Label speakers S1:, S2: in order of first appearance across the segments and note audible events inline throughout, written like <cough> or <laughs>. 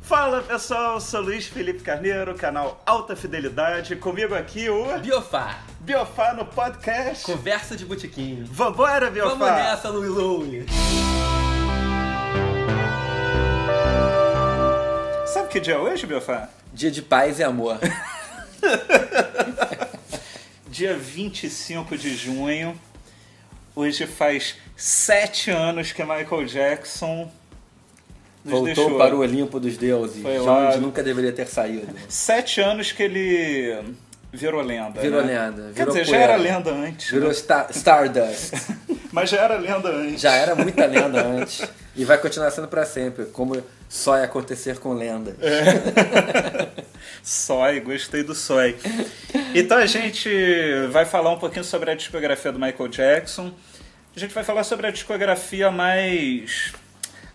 S1: Fala pessoal, sou Luiz Felipe Carneiro, canal Alta Fidelidade. Comigo aqui o
S2: Biofá,
S1: Biofá no podcast.
S2: conversa de botiquinho.
S1: Vambora, Biofá!
S2: Vamos nessa, Louie Louie.
S1: Sabe que dia é hoje, Biofá?
S2: Dia de paz e amor.
S1: Dia 25 de junho. Hoje faz sete anos que Michael Jackson nos
S2: <laughs> Voltou
S1: deixou.
S2: para o Olimpo dos Deuses,
S1: Foi
S2: de
S1: lá.
S2: onde nunca deveria ter saído.
S1: Sete anos que ele virou lenda.
S2: Virou
S1: né?
S2: lenda,
S1: Quer
S2: virou
S1: dizer, já
S2: poeira.
S1: era lenda antes. né?
S2: Virou sta- Stardust.
S1: Mas já era lenda antes.
S2: Já era muita lenda antes e vai continuar sendo para sempre, como só ia acontecer com lenda.
S1: É. <laughs> Soy, gostei do Soy. Então a gente vai falar um pouquinho sobre a discografia do Michael Jackson. A gente vai falar sobre a discografia mais.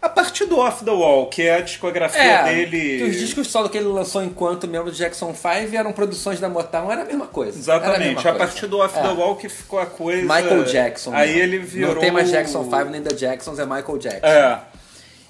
S1: A partir do Off the Wall, que é a discografia dele.
S2: que os discos é solo que ele lançou enquanto membro do Jackson 5 eram produções da Motown, era a mesma coisa. Era
S1: Exatamente,
S2: mesma
S1: a,
S2: coisa.
S1: partir do Off
S2: É.
S1: the Wall que ficou a coisa.
S2: Michael Jackson.
S1: Aí
S2: né?
S1: ele virou.
S2: Não tem mais Jackson 5 nem The Jacksons, é Michael Jackson.
S1: É.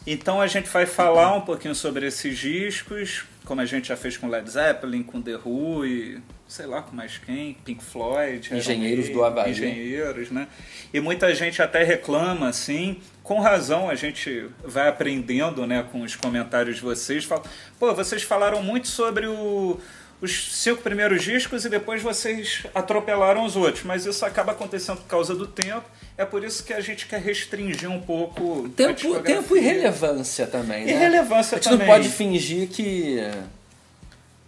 S1: Então a gente vai falar um pouquinho sobre esses discos, como a gente já fez com Led Zeppelin, com The Who e sei lá com mais quem, Pink Floyd, Iron
S2: Engenheiros
S1: Maiden,
S2: do Havaí.
S1: engenheiros, né? E muita gente até reclama assim, com razão, a gente vai aprendendo, né, com os comentários de vocês, fala, pô, vocês falaram muito sobre o- os cinco primeiros discos e depois vocês atropelaram os outros, mas isso acaba acontecendo por causa do tempo. É por isso que a gente quer restringir um pouco a
S2: Tempo,
S1: discografia.
S2: tempo e relevância também, né?
S1: E relevância
S2: A gente
S1: também.
S2: não pode fingir que.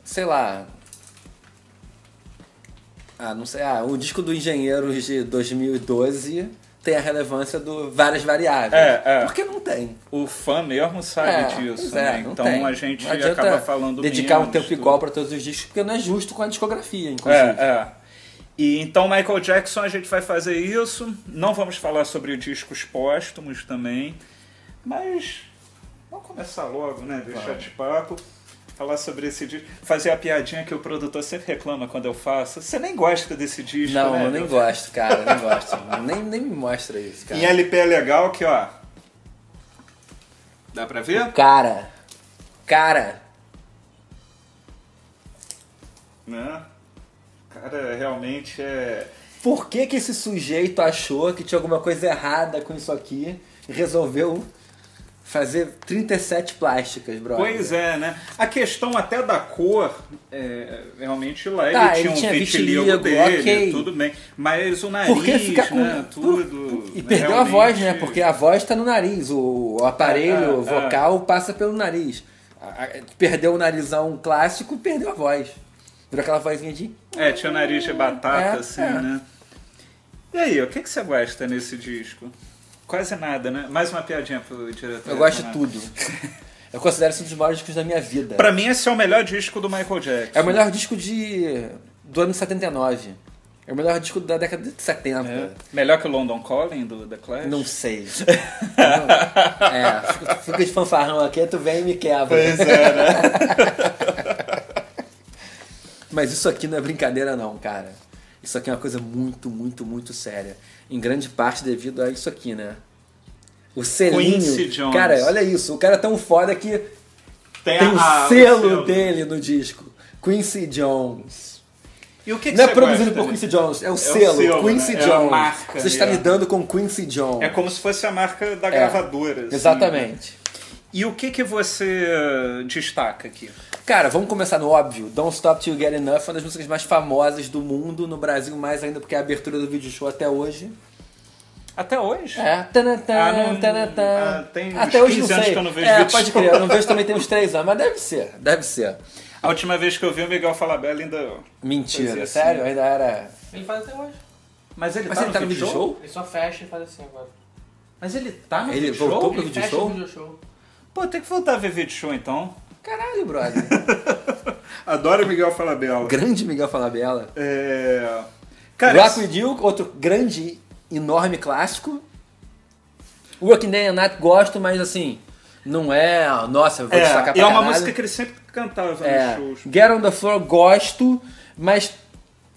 S2: Sei lá. Ah, não sei. Ah, o disco do Engenheiros de 2012 tem a relevância do Várias Variáveis.
S1: É, é.
S2: Porque não tem.
S1: O fã mesmo sabe
S2: É,
S1: disso,
S2: pois é,
S1: né?
S2: não
S1: Então
S2: tem.
S1: a gente
S2: Não adianta
S1: acaba falando
S2: dedicar um
S1: menos,
S2: tempo
S1: tudo.
S2: igual para todos os discos, porque não é justo com a discografia, inclusive.
S1: É, é. E então Michael Jackson a gente vai fazer isso. Não vamos falar sobre discos póstumos também, mas vamos começar logo, né? Deixar de papo. Falar sobre esse disco. Fazer a piadinha que o produtor sempre reclama quando eu faço. Você nem gosta desse disco,
S2: Não,
S1: né?
S2: eu nem gosto, cara. Nem gosto. nem, nem me mostra isso, cara.
S1: Em LP é legal que, ó. Dá pra ver?
S2: Cara. Cara.
S1: Né? Cara, realmente é.
S2: Por que, que esse sujeito achou que tinha alguma coisa errada com isso aqui e resolveu fazer 37 plásticas, brother?
S1: Pois é, né? A questão até da cor, é, realmente lá
S2: Tá,
S1: ele
S2: ele
S1: tinha um
S2: tinha
S1: vitiligo,
S2: vitiligo,
S1: dele,
S2: ok.
S1: tudo bem. Mas o nariz,
S2: Por que ficar com.
S1: né?
S2: por-
S1: Tudo.
S2: E
S1: né,
S2: perdeu a
S1: realmente-
S2: voz, né? Porque a voz tá no nariz, o, o aparelho
S1: É, é,
S2: vocal passa pelo nariz. A- a- Perdeu o narizão clássico, perdeu a voz. Virou aquela vozinha de.
S1: É, tinha o nariz de batata,
S2: É,
S1: assim,
S2: é.
S1: né? E aí, o que, que você gosta nesse disco? Quase nada, né? Mais uma piadinha pro diretor.
S2: Eu gosto de
S1: Renato. <laughs>
S2: tudo. Eu considero isso um dos maiores discos da minha vida.
S1: né?" Pra mim, esse é o melhor disco do Michael Jackson.
S2: É o melhor disco de do ano 79. É o melhor disco da década de 70.
S1: É. Melhor que o London Calling do The Clash?
S2: Não sei. é, fica- fica de fanfarrão aqui, tu vem e me quebra.
S1: Pois é, né?
S2: <laughs> Mas isso aqui não é brincadeira não, cara. Isso aqui é uma coisa muito, muito, muito séria. Em grande parte devido a isso aqui, né? O selinho.
S1: Quincy Jones.
S2: Cara, olha isso. O cara é tão foda que tem o
S1: a-
S2: selo, dele no disco. Quincy Jones.
S1: E o que, que
S2: Não é
S1: você
S2: produzido
S1: gosta
S2: por
S1: dele?
S2: Quincy Jones, é o selo,
S1: selo,
S2: Quincy
S1: né? É a
S2: Jones.
S1: marca,
S2: Você está
S1: né?
S2: lidando com Quincy Jones.
S1: É como se fosse a marca da
S2: É.
S1: gravadora. assim, né?
S2: Exatamente.
S1: E o que, que você uh, destaca aqui?
S2: Cara, vamos começar no óbvio. Don't Stop Till You Get Enough é uma das músicas mais famosas do mundo, no Brasil mais ainda porque é a abertura do vídeo show até hoje.
S1: Até hoje?
S2: É. Tanatã,
S1: Ah, não-
S2: tanatã.
S1: ah, tem uns
S2: até hoje não
S1: 15 anos
S2: sei.
S1: que eu não vejo
S2: é,
S1: vídeo
S2: pode
S1: show.
S2: crer, eu não vejo também tem uns 3 anos, mas deve ser, deve ser.
S1: A última vez que eu vi o Miguel Falabella ainda.
S2: Mentira,
S1: Fazia assim.
S2: sério? Ainda era...
S3: Ele faz até hoje.
S1: Mas ele
S2: Mas
S1: tá
S2: ele
S1: no
S2: tá no
S1: vídeo
S2: vídeo
S1: show?
S2: show?
S3: Ele só fecha e faz assim agora.
S1: Mas ele tá no
S2: Ele
S1: vídeo show?
S2: voltou? Opa,
S3: Ele
S2: vídeo
S3: fecha
S2: é show?
S3: o vídeo show.
S1: Pô, tem que voltar a ver vídeo show então.
S2: Caralho, brother. <laughs>
S1: Adoro o Miguel Falabella.
S2: Grande Miguel Falabella.
S1: É. Cara,
S2: Rock
S1: esse-
S2: With You, outro grande, enorme clássico. Working Day and Night gosto, mas assim, não é... Nossa, eu vou destacar
S1: é,
S2: pra
S1: é uma
S2: caralho.
S1: música que ele sempre cantava nos
S2: É,
S1: shows.
S2: Get on the Floor gosto, mas...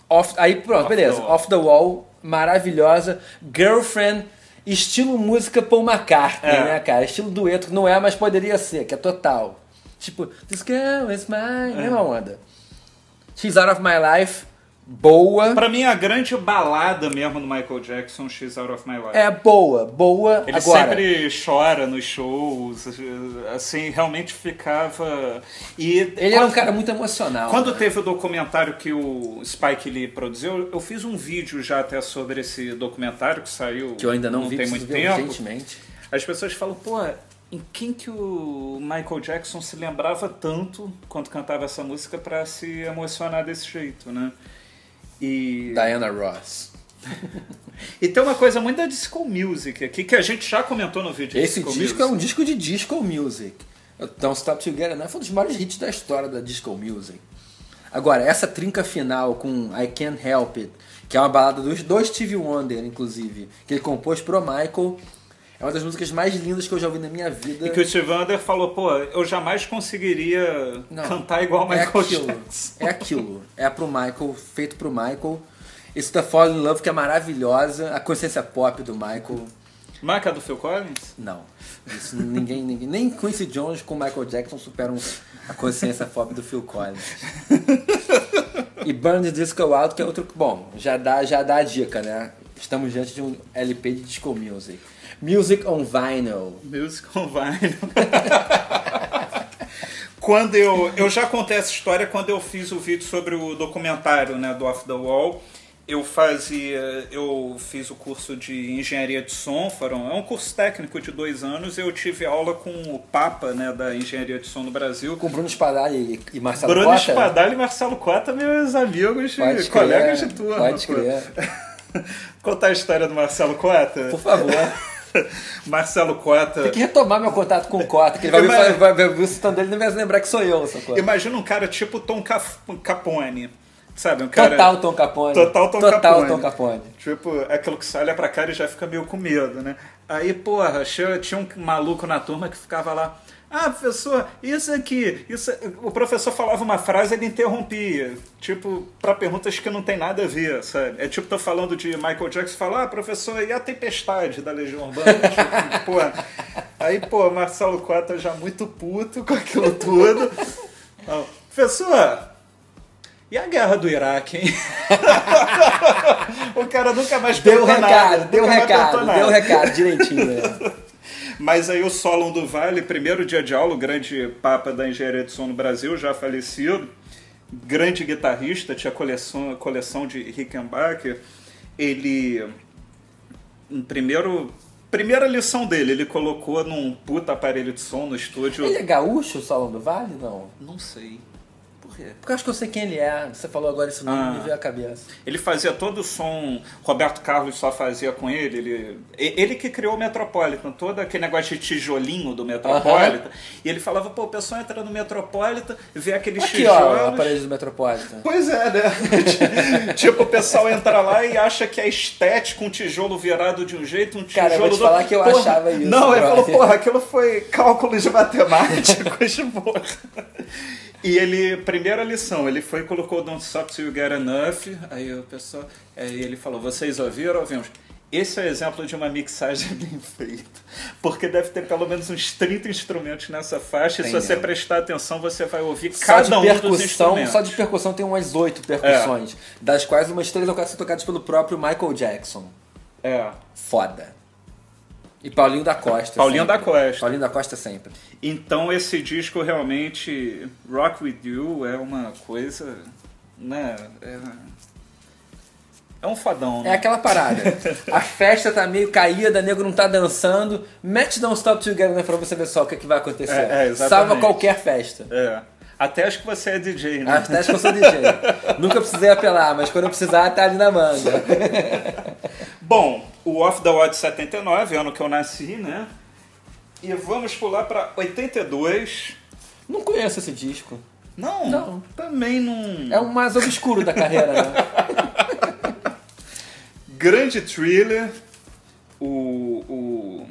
S2: Off, aí pronto,
S1: Off
S2: beleza.
S1: the Wall.
S2: off the Wall, maravilhosa. Girlfriend, estilo música Paul McCartney,
S1: É.
S2: né, cara? Estilo dueto, que não é, mas poderia ser, que é total. Tipo, This Girl is Mine,
S1: É.
S2: mesma onda. She's Out of My Life, boa.
S1: Pra mim, a grande balada mesmo do Michael Jackson, She's Out of My Life.
S2: É boa, boa.
S1: Ele
S2: Agora,
S1: sempre chora nos shows, assim, realmente ficava. E
S2: ele era um cara muito emocional.
S1: Quando teve o documentário que o Spike Lee produziu, eu fiz um vídeo já até sobre esse documentário que saiu.
S2: que eu ainda não, vi,
S1: tem
S2: preciso
S1: muito
S2: ver
S1: tempo.
S2: urgentemente.
S1: As pessoas falam, pô, em quem que o Michael Jackson se lembrava tanto quando cantava essa música pra se emocionar desse jeito, né? E,
S2: Diana Ross.
S1: e tem uma coisa muito da disco music aqui que a gente já comentou no vídeo. de
S2: Esse
S1: disco
S2: disco
S1: music.
S2: é um disco de disco music. Don't Stop Together Now foi um dos maiores hits da história da disco music. Agora, essa trinca final com I Can't Help It, que é uma balada dos dois Stevie Wonder, inclusive, que ele compôs pro Michael, é uma das músicas mais lindas que eu já ouvi na minha vida.
S1: E que o Steve Wonder falou, pô, eu jamais conseguiria
S2: Não,
S1: cantar igual Michael
S2: É aquilo,
S1: Jackson.
S2: É aquilo. É pro Michael, feito pro Michael. It's the Fall in Love, que é maravilhosa. A consciência pop do Michael.
S1: Marca do Phil Collins?
S2: Não. Isso ninguém, ninguém. Nem Quincy Jones com Michael Jackson superam a consciência pop do Phil Collins. E Burn the Disco Out, que é outro. Bom, já dá, já dá a dica, né? Estamos diante de um LP de disco music. Music on vinyl.
S1: Musical Vinyl. <laughs> quando eu, eu já contei essa história quando eu fiz o vídeo sobre o documentário né, do Off the Wall. Eu fazia. Eu fiz o curso de engenharia de som, foram, é um curso técnico de dois anos, eu tive aula com o Papa né, da Engenharia de Som no Brasil.
S2: Com Bruno Spadali e Marcelo
S1: Bruno
S2: Cota. né?
S1: Espadalho e Marcelo Cota, meus amigos
S2: Pode
S1: e
S2: crer,
S1: colegas de turma.
S2: pode
S1: pô. <laughs>
S2: crer.
S1: Contar a história do Marcelo Cota?
S2: Por favor.
S1: Marcelo Cota.
S2: Tem que retomar meu contato com o Cota, que ele vai ouvir,
S1: Imagina-
S2: vai, vai ouvir o citando dele e não vai se lembrar que sou eu, sacou?
S1: Imagina um cara tipo Tom Caf- Capone. Sabe? Um cara.
S2: Total Tom Capone.
S1: Total Tom Capone.
S2: Tom Capone.
S1: Tipo, é aquilo que você olha pra cara e já fica meio com medo, né? Aí, porra, che- tinha um maluco na turma que ficava lá. Ah, professor, isso aqui. Isso... é O professor falava uma frase e ele interrompia. Tipo, pra perguntas que não tem nada a ver, sabe? É tipo, tô falando de Michael Jackson falar, ah, professor, e a tempestade da Legião Urbana? <laughs> tipo, porra. Aí, pô, Marcelo Cota já muito puto com aquilo tudo. Ó, professor, e a guerra do Iraque, hein? <laughs> o cara nunca mais
S2: Deu o
S1: perguntou nada,
S2: recado, deu o
S1: nunca mais
S2: recado,
S1: perguntou nada.
S2: deu o recado
S1: <laughs>
S2: direitinho. né?
S1: Mas aí o Solon do Vale, primeiro dia de aula, o grande papa da engenharia de som no Brasil, já falecido, grande guitarrista, tinha coleção, coleção de Rickenbacker, ele em primeiro primeira lição dele, ele colocou num puta aparelho de som no estúdio.
S2: Ele é gaúcho, o Salão do Vale? Não.
S1: Não sei. Por quê?
S2: Porque eu acho que eu sei quem ele é. Você falou agora isso não
S1: Ah.
S2: me veio a cabeça.
S1: Ele fazia todo o som, Roberto Carlos só fazia com ele. Ele, e- ele que criou o Metropolitan, todo aquele negócio de tijolinho do Metropolitan. E ele falava, pô, o pessoal entra no Metropolitan, vê aqueles
S2: Aqui,
S1: tijolos.
S2: ó, a parede do Metropolitan.
S1: Pois é, né? <laughs> tipo, o pessoal entra lá e acha que é estético um tijolo virado de um jeito, um tijolo
S2: Cara, eu vou te
S1: do-
S2: falar que eu
S1: Porra,
S2: achava isso,
S1: Não, ele falou,
S2: brother.
S1: porra, aquilo foi cálculos matemáticos, <laughs> porra. E ele, primeira lição, ele foi e colocou Don't Stop Till You Get Enough, aí o pessoal, aí ele falou, vocês ouviram? Ouvimos. Esse é o exemplo de uma mixagem <laughs> bem feita, porque deve ter pelo menos uns 30 instrumentos nessa faixa, e se
S2: Tem
S1: você
S2: mesmo.
S1: prestar atenção, você vai ouvir
S2: Só
S1: cada
S2: de
S1: um dos
S2: percussão,
S1: instrumentos. É.
S2: só de percussão tem umas oito percussões, das quais umas três ou quatro são tocadas pelo próprio Michael Jackson.
S1: É.
S2: Foda. E Paulinho da Costa.
S1: Paulinho
S2: sempre.
S1: da Costa.
S2: Paulinho da Costa sempre.
S1: Então esse disco realmente Rock With You é uma coisa, né? É, é um fadão,
S2: É
S1: né?
S2: aquela parada. A festa tá meio caída, nego não tá dançando. Mete Don't Stop Together né, pra você ver só o que, que vai acontecer.
S1: É, é, exatamente.
S2: Salva qualquer festa.
S1: É. Até acho que você é DJ, né?
S2: Até acho que eu sou DJ. Nunca precisei apelar, mas quando eu precisar, tá ali na manga. Ah.
S1: Bom, o Off the Wall de 79, ano que eu nasci, né? E vamos pular pra 82.
S2: Não conheço esse disco.
S1: Não,
S2: Não.
S1: também não.
S2: É o mais obscuro da carreira,
S1: <laughs>
S2: né?
S1: Grande thriller.
S2: <laughs>
S1: O. o...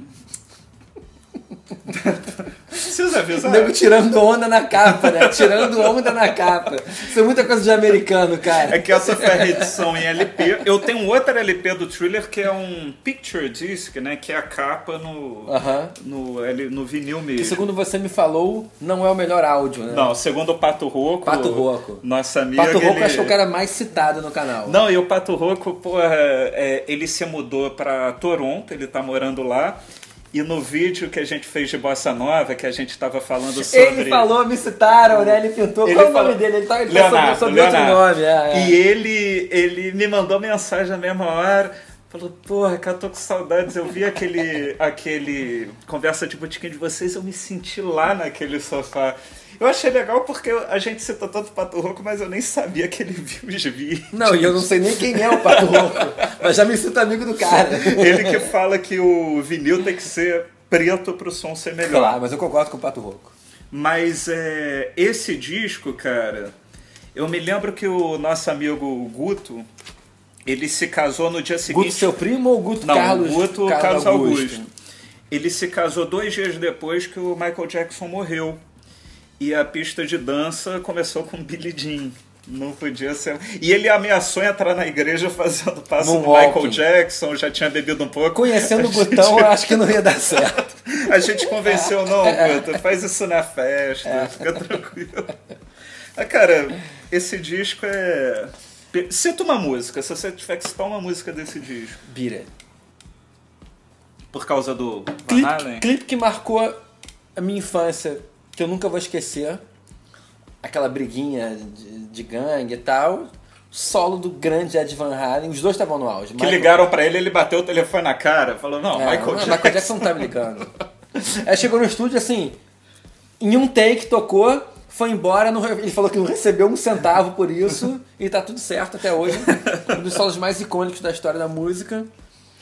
S1: Precisa
S2: O
S1: avisar.
S2: nego tirando onda na capa, né? Tirando onda na capa. Isso é muita coisa de americano, cara.
S1: É que essa foi a reedição em LP. Eu tenho um outro LP do Thriller que é um picture disc, né? Que é a capa no,
S2: Aham.
S1: no, L- no vinil
S2: Que,
S1: mesmo.
S2: segundo você me falou, não é o melhor áudio, né?
S1: Não, segundo o Pato Roco.
S2: Pato Roco.
S1: Nossa amiga.
S2: Pato Rouco
S1: ele...
S2: acho que é o cara mais citado no canal.
S1: Não, e o Pato Roco, porra, é, ele se mudou pra Toronto, ele tá morando lá. E no vídeo que a gente fez de Bossa Nova, que a gente tava falando sobre.
S2: Ele falou, me citaram, né? Ele pintou.
S1: Ele
S2: Qual é o
S1: falou-
S2: nome dele? Ele tá ele tá
S1: Leonardo,
S2: sobre, sobre
S1: Leonardo.
S2: outro nome. É, é.
S1: E ele, ele me mandou mensagem na mesma hora. Falou, porra, cara, eu tô com saudades. Eu vi
S2: <laughs>
S1: aquele, aquele conversa de botiquim de vocês, eu me senti lá naquele sofá. Eu achei legal porque a gente cita tanto o Pato Rouco, mas eu nem sabia que ele viu os vídeos.
S2: <laughs> Não, e eu não sei nem quem é
S1: <laughs>
S2: o Pato Rouco, mas já me sinto amigo do cara.
S1: Ele que fala que o vinil tem que ser preto pro som ser melhor.
S2: Claro, mas eu concordo com o Pato Rouco.
S1: Mas é, esse disco, cara, eu me lembro que o nosso amigo Guto, ele se casou no dia seguinte.
S2: Guto, seu primo ou Guto
S1: Não,
S2: Carlos?
S1: Guto Carlos Augusto. Ele se casou dois dias depois que o Michael Jackson morreu. E a pista de dança começou com Billy Jean. Não podia ser. E ele ameaçou entrar na igreja fazendo passo do Michael
S2: Moonwalking.
S1: Jackson, já tinha bebido um pouco.
S2: Conhecendo
S1: <laughs>
S2: o
S1: A gente-
S2: Gutão, eu acho que não ia dar certo.
S1: A gente convenceu, não,
S2: É.
S1: Guto, faz isso na festa, fica tranquilo. Ah, cara, esse disco é. Cita uma música, se você tiver que citar uma música desse disco.
S2: Bira.
S1: Por causa do Van
S2: Clipe,
S1: Halen?
S2: clipe que marcou a minha infância, que eu nunca vou esquecer. Aquela briguinha de, de gangue e tal. Solo do grande Ed Van Halen. Os dois estavam no auge.
S1: Que ligaram pra ele, ele bateu o telefone na cara, falou, não,
S2: É,
S1: Michael
S2: não,
S1: Jackson.
S2: Michael Jackson não tá me ligando. Aí chegou no estúdio assim, em um take tocou, foi embora, não re- ele falou que não recebeu um centavo por isso, e tá tudo certo até hoje. Um dos solos mais icônicos da história da música.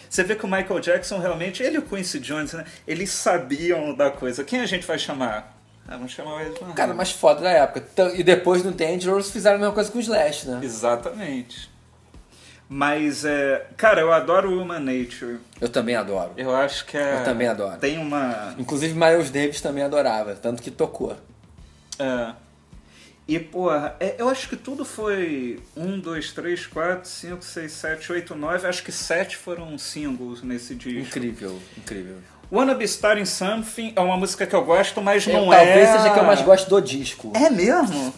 S1: Você vê que o Michael Jackson realmente, ele e o Quincy Jones, né? Eles sabiam da coisa. Quem a gente vai chamar? Ah, vamos chamar o Ed Van
S2: O cara
S1: Halen.
S2: mais foda da época. Tan- E depois no Dangerous fizeram a mesma coisa com o Slash, né?
S1: Exatamente. Mas, é, cara, eu adoro Human Nature.
S2: Eu também adoro.
S1: Eu acho que é.
S2: Eu também adoro.
S1: Tem uma.
S2: Inclusive Miles Davis também adorava, tanto que tocou.
S1: é. E, porra, é, eu acho que tudo foi 1, 2, 3, 4, 5, 6, 7, 8, 9. Acho que 7 foram singles nesse disco.
S2: Incrível, incrível.
S1: Wanna Be Starting Something é uma música que eu gosto, mas não
S2: Eu-
S1: é.
S2: Talvez seja a que eu mais gosto do disco.
S1: É mesmo? Acho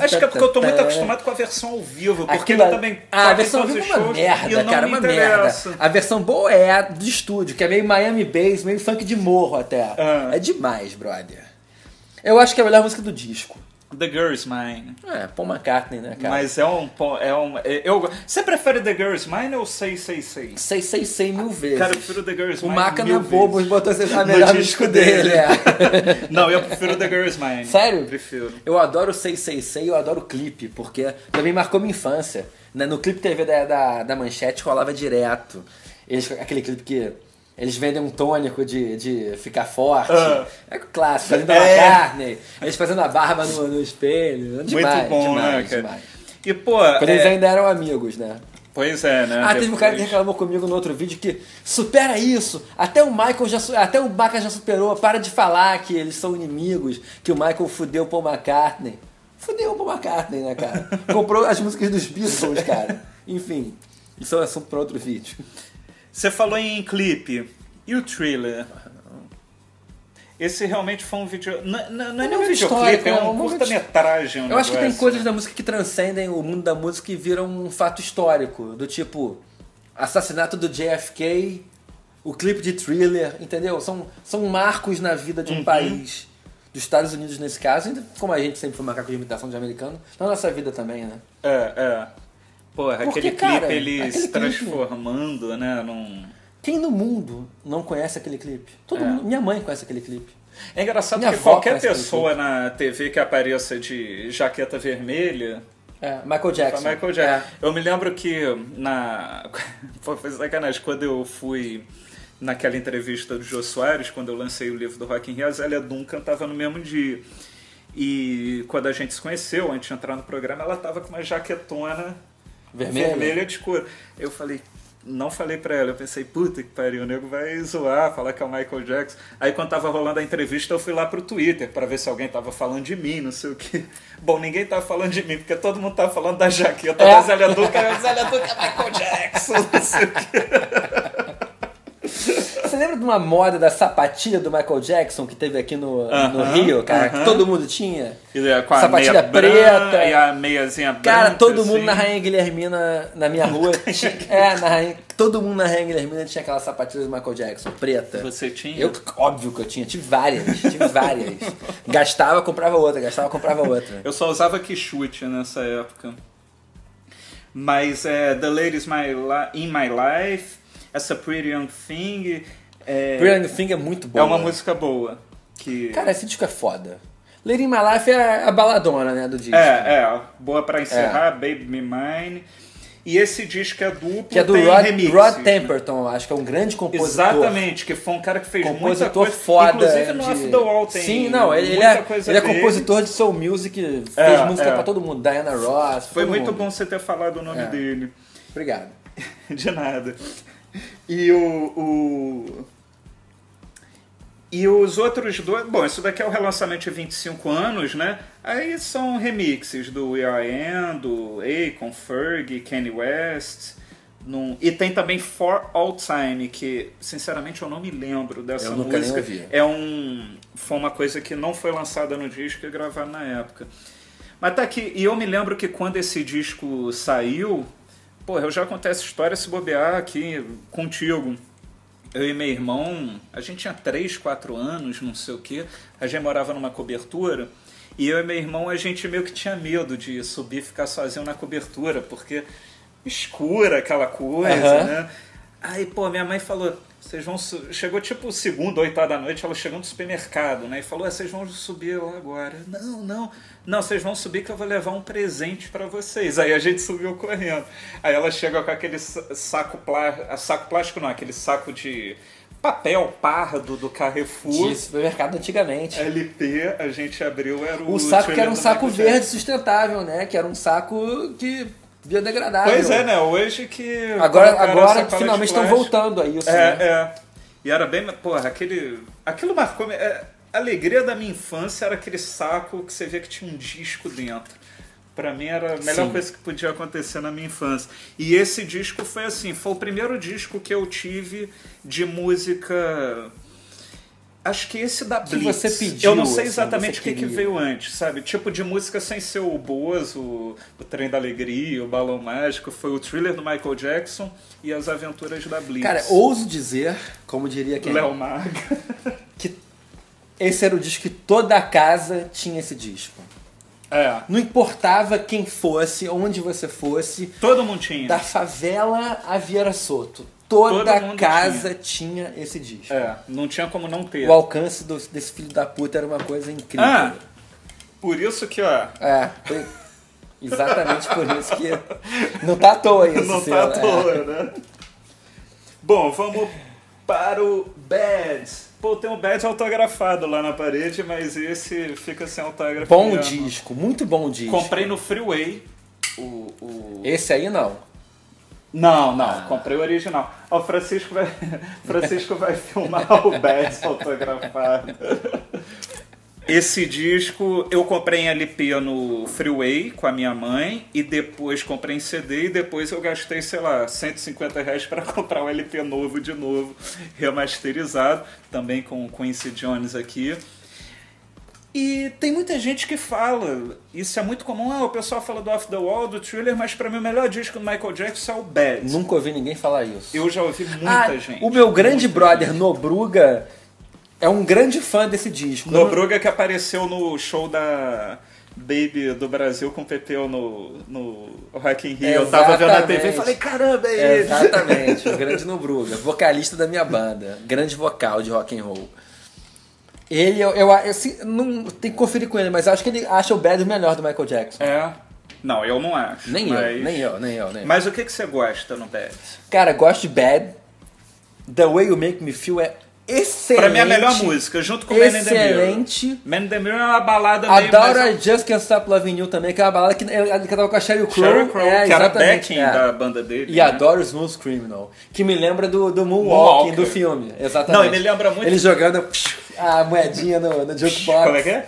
S2: Acho
S1: que é porque eu tô muito acostumado com a versão ao vivo, porque
S2: Aquilo-
S1: ele também
S2: Ah, a
S1: toca em
S2: versão ao
S1: todos os
S2: vivo é uma
S1: shows,
S2: merda,
S1: e não
S2: cara,
S1: me
S2: uma
S1: interessa.
S2: merda. A versão boa é a do estúdio, que é meio Miami Bass, meio funk de morro até.
S1: Ah.
S2: É demais, brother. Eu acho que é a melhor música do disco.
S1: The Girl Is Mine.
S2: É, Paul McCartney, né, cara?
S1: Mas é um. po- É um é- eu, você prefere The Girl Is Mine ou 666?
S2: Sei, sei, sei mil vezes.
S1: Cara, eu prefiro The Girl Is
S2: o
S1: Mine.
S2: Maca não
S1: mil
S2: é bobo,
S1: vezes.
S2: botou essa a
S1: No
S2: melhor
S1: disco
S2: disco dele.
S1: dele. <laughs>
S2: é.
S1: Não, eu prefiro The Girl Is Mine.
S2: Sério?
S1: Prefiro.
S2: Eu adoro o 666, eu adoro o clipe, porque também marcou minha infância. Né, No clipe TV da, da, da Manchete rolava direto. Eles- aquele clipe que eles vendem um tônico de, de ficar forte.
S1: Ah.
S2: É o clássico, ali da
S1: É.
S2: carne. Eles fazendo a barba no, no espelho. Demais,
S1: Muito bom,
S2: demais,
S1: né, cara?
S2: demais.
S1: E, pô.
S2: Quando
S1: é-
S2: eles ainda eram amigos, né?
S1: Pois é, né?
S2: Ah, teve um cara que
S1: depois.
S2: reclamou comigo no outro vídeo que supera isso. Até o Michael já, su- até o Baca já superou. Para de falar que eles são inimigos, que o Michael fudeu o Paul McCartney. Fudeu o Paul McCartney,
S1: <laughs>
S2: né, cara? Comprou as músicas dos Beatles, cara. Enfim, isso é um assunto para outro vídeo.
S1: Você falou em clipe. E o thriller? Esse realmente foi um vídeo. Não, não- não é
S2: Um
S1: nem um
S2: momento
S1: videoclipe,
S2: histórico,
S1: é
S2: né?
S1: um
S2: Um momento-
S1: curta-metragem. um
S2: Eu acho que tem
S1: negócio,
S2: coisas
S1: né?
S2: da música que transcendem o mundo da música e viram um fato histórico, do tipo assassinato do JFK, o clipe de thriller, entendeu? São, são marcos na vida de um
S1: Uhum.
S2: país, dos Estados Unidos nesse caso, e como a gente sempre foi macaco de imitação de americano, na nossa vida também, né?
S1: É, é. Porra,
S2: Porque,
S1: aquele
S2: cara,
S1: clipe ele
S2: aquele
S1: se
S2: clipe-
S1: transformando, né? Num...
S2: Quem no mundo não conhece aquele clipe? Todo
S1: É.
S2: mundo, minha mãe conhece aquele clipe.
S1: É engraçado
S2: Minha
S1: que
S2: avó
S1: qualquer
S2: parece que
S1: pessoa na TV que apareça de jaqueta vermelha.
S2: É, Michael
S1: Foi
S2: Jackson.
S1: Tipo, Michael Jackson. É. Eu me lembro que na. <laughs> Pô, Foi sacanagem, quando eu fui naquela entrevista do Jô Soares, quando eu lancei o livro do Rock in Rio, a Zélia Duncan tava no mesmo dia. E quando a gente se conheceu, antes de entrar no programa, ela tava com uma jaquetona
S2: Vermelha?
S1: de cor. Eu falei, não falei pra ela, eu pensei, puta que pariu, o nego vai zoar, falar que é o Michael Jackson. Aí quando tava rolando a entrevista, eu fui lá pro Twitter pra ver se alguém tava falando de mim, não sei o que. <laughs> Bom, ninguém tava falando de mim, porque todo mundo tava falando da jaqueta
S3: É.
S1: da Zélia
S2: <laughs>
S1: Duca, a Zélia Duca é Michael Jackson, não sei o que.
S2: É. Você lembra de uma moda da sapatilha do Michael Jackson que teve aqui no, no
S1: Aham,
S2: Rio, cara? Que
S1: aham.
S2: todo mundo tinha?
S1: E, é, com a
S2: Sapatilha
S1: meia
S2: preta.
S1: branca, e a meiazinha branca.
S2: Cara, todo mundo
S1: assim. Tá
S2: na Rainha Guilhermina, na
S1: <laughs>
S2: minha rua, tinha, é, na Rainha, todo mundo na Rainha Guilhermina tinha aquela sapatilha do Michael Jackson, preta.
S1: Você tinha?
S2: Eu, óbvio que eu tinha, tive várias, tive várias. gastava, comprava outra, gastava, comprava outra.
S1: Eu só usava que chute nessa época. Mas é The Ladies My Li- In My Life, essa Pretty Young Thing. É,
S2: Pretty Young Thing é muito boa.
S1: é uma música boa. Que...
S2: Cara, esse disco é foda. Lady in My Life é a baladona, né, do disco.
S1: é, é, boa pra
S2: É.
S1: encerrar, Baby Me Mine. E esse disco é duplo,
S2: Que é do
S1: tem
S2: Rod,
S1: remixes,
S2: Rod
S1: né?
S2: Temperton, eu acho que é um grande compositor.
S1: Exatamente, que foi um cara que fez muita
S2: Compositor
S1: coisa.
S2: foda.
S1: Inclusive no
S2: de-
S1: Off the Wall tem
S2: Sim, não, ele, ele
S1: muita
S2: é,
S1: coisa
S2: ele é
S1: dele.
S2: compositor de soul music, fez
S1: É,
S2: música
S1: é.
S2: pra todo mundo. Diana Ross,
S1: Foi
S2: todo
S1: muito
S2: mundo.
S1: bom você ter falado o nome
S2: É.
S1: dele.
S2: Obrigado.
S1: <laughs> De nada. E o, o- E os outros dois. Bom, isso daqui é o relançamento de 25 anos, né? Aí são remixes do E.I.N., do Akon, Ferg, Kanye West. Num... E tem também For All Time, que sinceramente eu não me lembro dessa
S2: Eu nunca nem
S1: música.
S2: ouvi.
S1: É um. Foi uma coisa que não foi lançada no disco e gravada na época. Mas tá aqui, e eu me lembro que quando esse disco saiu, pô, eu já contei essa história se bobear aqui contigo. Eu e meu irmão, a gente tinha 3, 4 anos, não sei o quê, a gente morava numa cobertura, e eu e meu irmão, a gente meio que tinha medo de subir e ficar sozinho na cobertura, porque escura aquela coisa,
S2: Aham.
S1: né? Aí, pô, minha mãe falou, vocês vão. su- Chegou tipo segunda, oitava da noite, ela chegou no supermercado, né? E falou, "Ah, vocês vão subir lá agora. Não, não. Não, vocês vão subir que eu vou levar um presente pra vocês. Aí a gente subiu correndo. Aí ela chega com aquele sa- saco plástico. Saco plástico não, aquele saco de papel pardo do Carrefour.
S2: De supermercado antigamente.
S1: LP, a gente abriu, era É, o.
S2: O saco que era
S1: Thriller
S2: um
S1: do
S2: saco
S1: Michael
S2: verde sustentável, né? Que era um saco que biodegradável.
S1: Jackson. Pois é, né? Hoje que.
S2: Agora,
S1: colocaram a
S2: agora
S1: sacola de
S2: finalmente estão
S1: plástico.
S2: voltando a isso,
S1: É,
S2: né?
S1: é. E era bem. Porra, aquele. Aquilo marcou. é, a alegria da minha infância era aquele saco que você vê que tinha um disco dentro. Pra mim era a melhor
S2: Sim.
S1: coisa que podia acontecer na minha infância. E esse disco foi assim: foi o primeiro disco que eu tive de música. Acho que esse da
S2: Que
S1: Blitz.
S2: você pediu,
S1: eu não sei
S2: assim,
S1: exatamente
S2: você
S1: o que, que
S2: queria.
S1: veio antes, sabe? Tipo de música sem ser o Boas, o, o Trem da Alegria, o Balão Mágico. Foi o thriller do Michael Jackson e as aventuras da Blitz.
S2: Cara, ouso dizer, como diria quem,
S1: Léo Maga.
S2: que esse era o disco que toda a casa tinha esse disco.
S1: É.
S2: Não importava quem fosse, onde você fosse,
S1: Todo mundo tinha.
S2: da favela a Vieira Soto. Toda
S1: Todo mundo
S2: casa tinha. esse disco.
S1: É, não tinha como não ter.
S2: O alcance do- desse filho da puta era uma coisa incrível.
S1: Ah, por isso que, ó,
S2: É, foi exatamente por isso que não tá à toa isso.
S1: não tá
S2: selo,
S1: à
S2: é.
S1: toa, né? Bom, vamos para o Bads. Pô, tem um Bads autografado lá na parede, mas esse fica sem autógrafo.
S2: Bom
S1: mesmo.
S2: disco, muito bom disco.
S1: Comprei no Freeway. O, o...
S2: Esse aí não.
S1: Não, não, comprei o original. Ó, o Francisco vai, <laughs> Francisco vai filmar o Bads <laughs> autografado. Esse disco eu comprei em LP no Freeway com a minha mãe e depois comprei em CD e depois eu gastei, sei lá, 150 reais para <laughs> comprar um LP novo de novo, remasterizado, também com o Quincy Jones aqui. E tem muita gente que fala, isso é muito comum, ah, o pessoal fala do Off the Wall, do Thriller, mas para mim o melhor disco do Michael Jackson é o Bad.
S2: Nunca ouvi ninguém falar isso.
S1: Eu já ouvi muita
S2: Ah,
S1: gente.
S2: O meu grande brother Nobruga é um grande fã desse disco.
S1: Nobruga que apareceu no show da Baby do Brasil com o Pepeu no, no Rock in Rio. Eu tava vendo na TV e
S2: Exatamente.
S1: falei, caramba, é ele.
S2: Exatamente, o grande Nobruga, vocalista da minha banda, grande vocal de rock and roll. Ele, eu, eu, eu se- não tem que conferir com ele, mas acho que ele acha o Bad o melhor do Michael Jackson.
S1: É. Não, eu não acho.
S2: Nem
S1: mas...
S2: eu, nem eu, nem eu, nem eu.
S1: Mas o que, que você gosta no Bad?
S2: Cara, gosto de Bad. The Way You Make Me Feel é excelente.
S1: Pra mim é a melhor música, junto com Man in the Mirror.
S2: Excelente.
S1: Man in the Mirror é uma balada meio
S2: Adoro a
S1: mais-
S2: Just Can't Stop Loving You também, que é uma balada que ela ela cantava com a Sheryl Crow.
S1: Sheryl Crow,
S2: é,
S1: que era
S2: exatamente,
S1: backing
S2: é.
S1: da banda dele.
S2: E
S1: né?
S2: adoro Smooth Criminal, que me lembra do, do Moonwalking
S1: Moonwalker.
S2: do filme. Exatamente.
S1: Não, ele lembra muito-
S2: Ele jogando psh, a moedinha no, no jukebox.
S1: Como é que
S2: <laughs>
S1: é?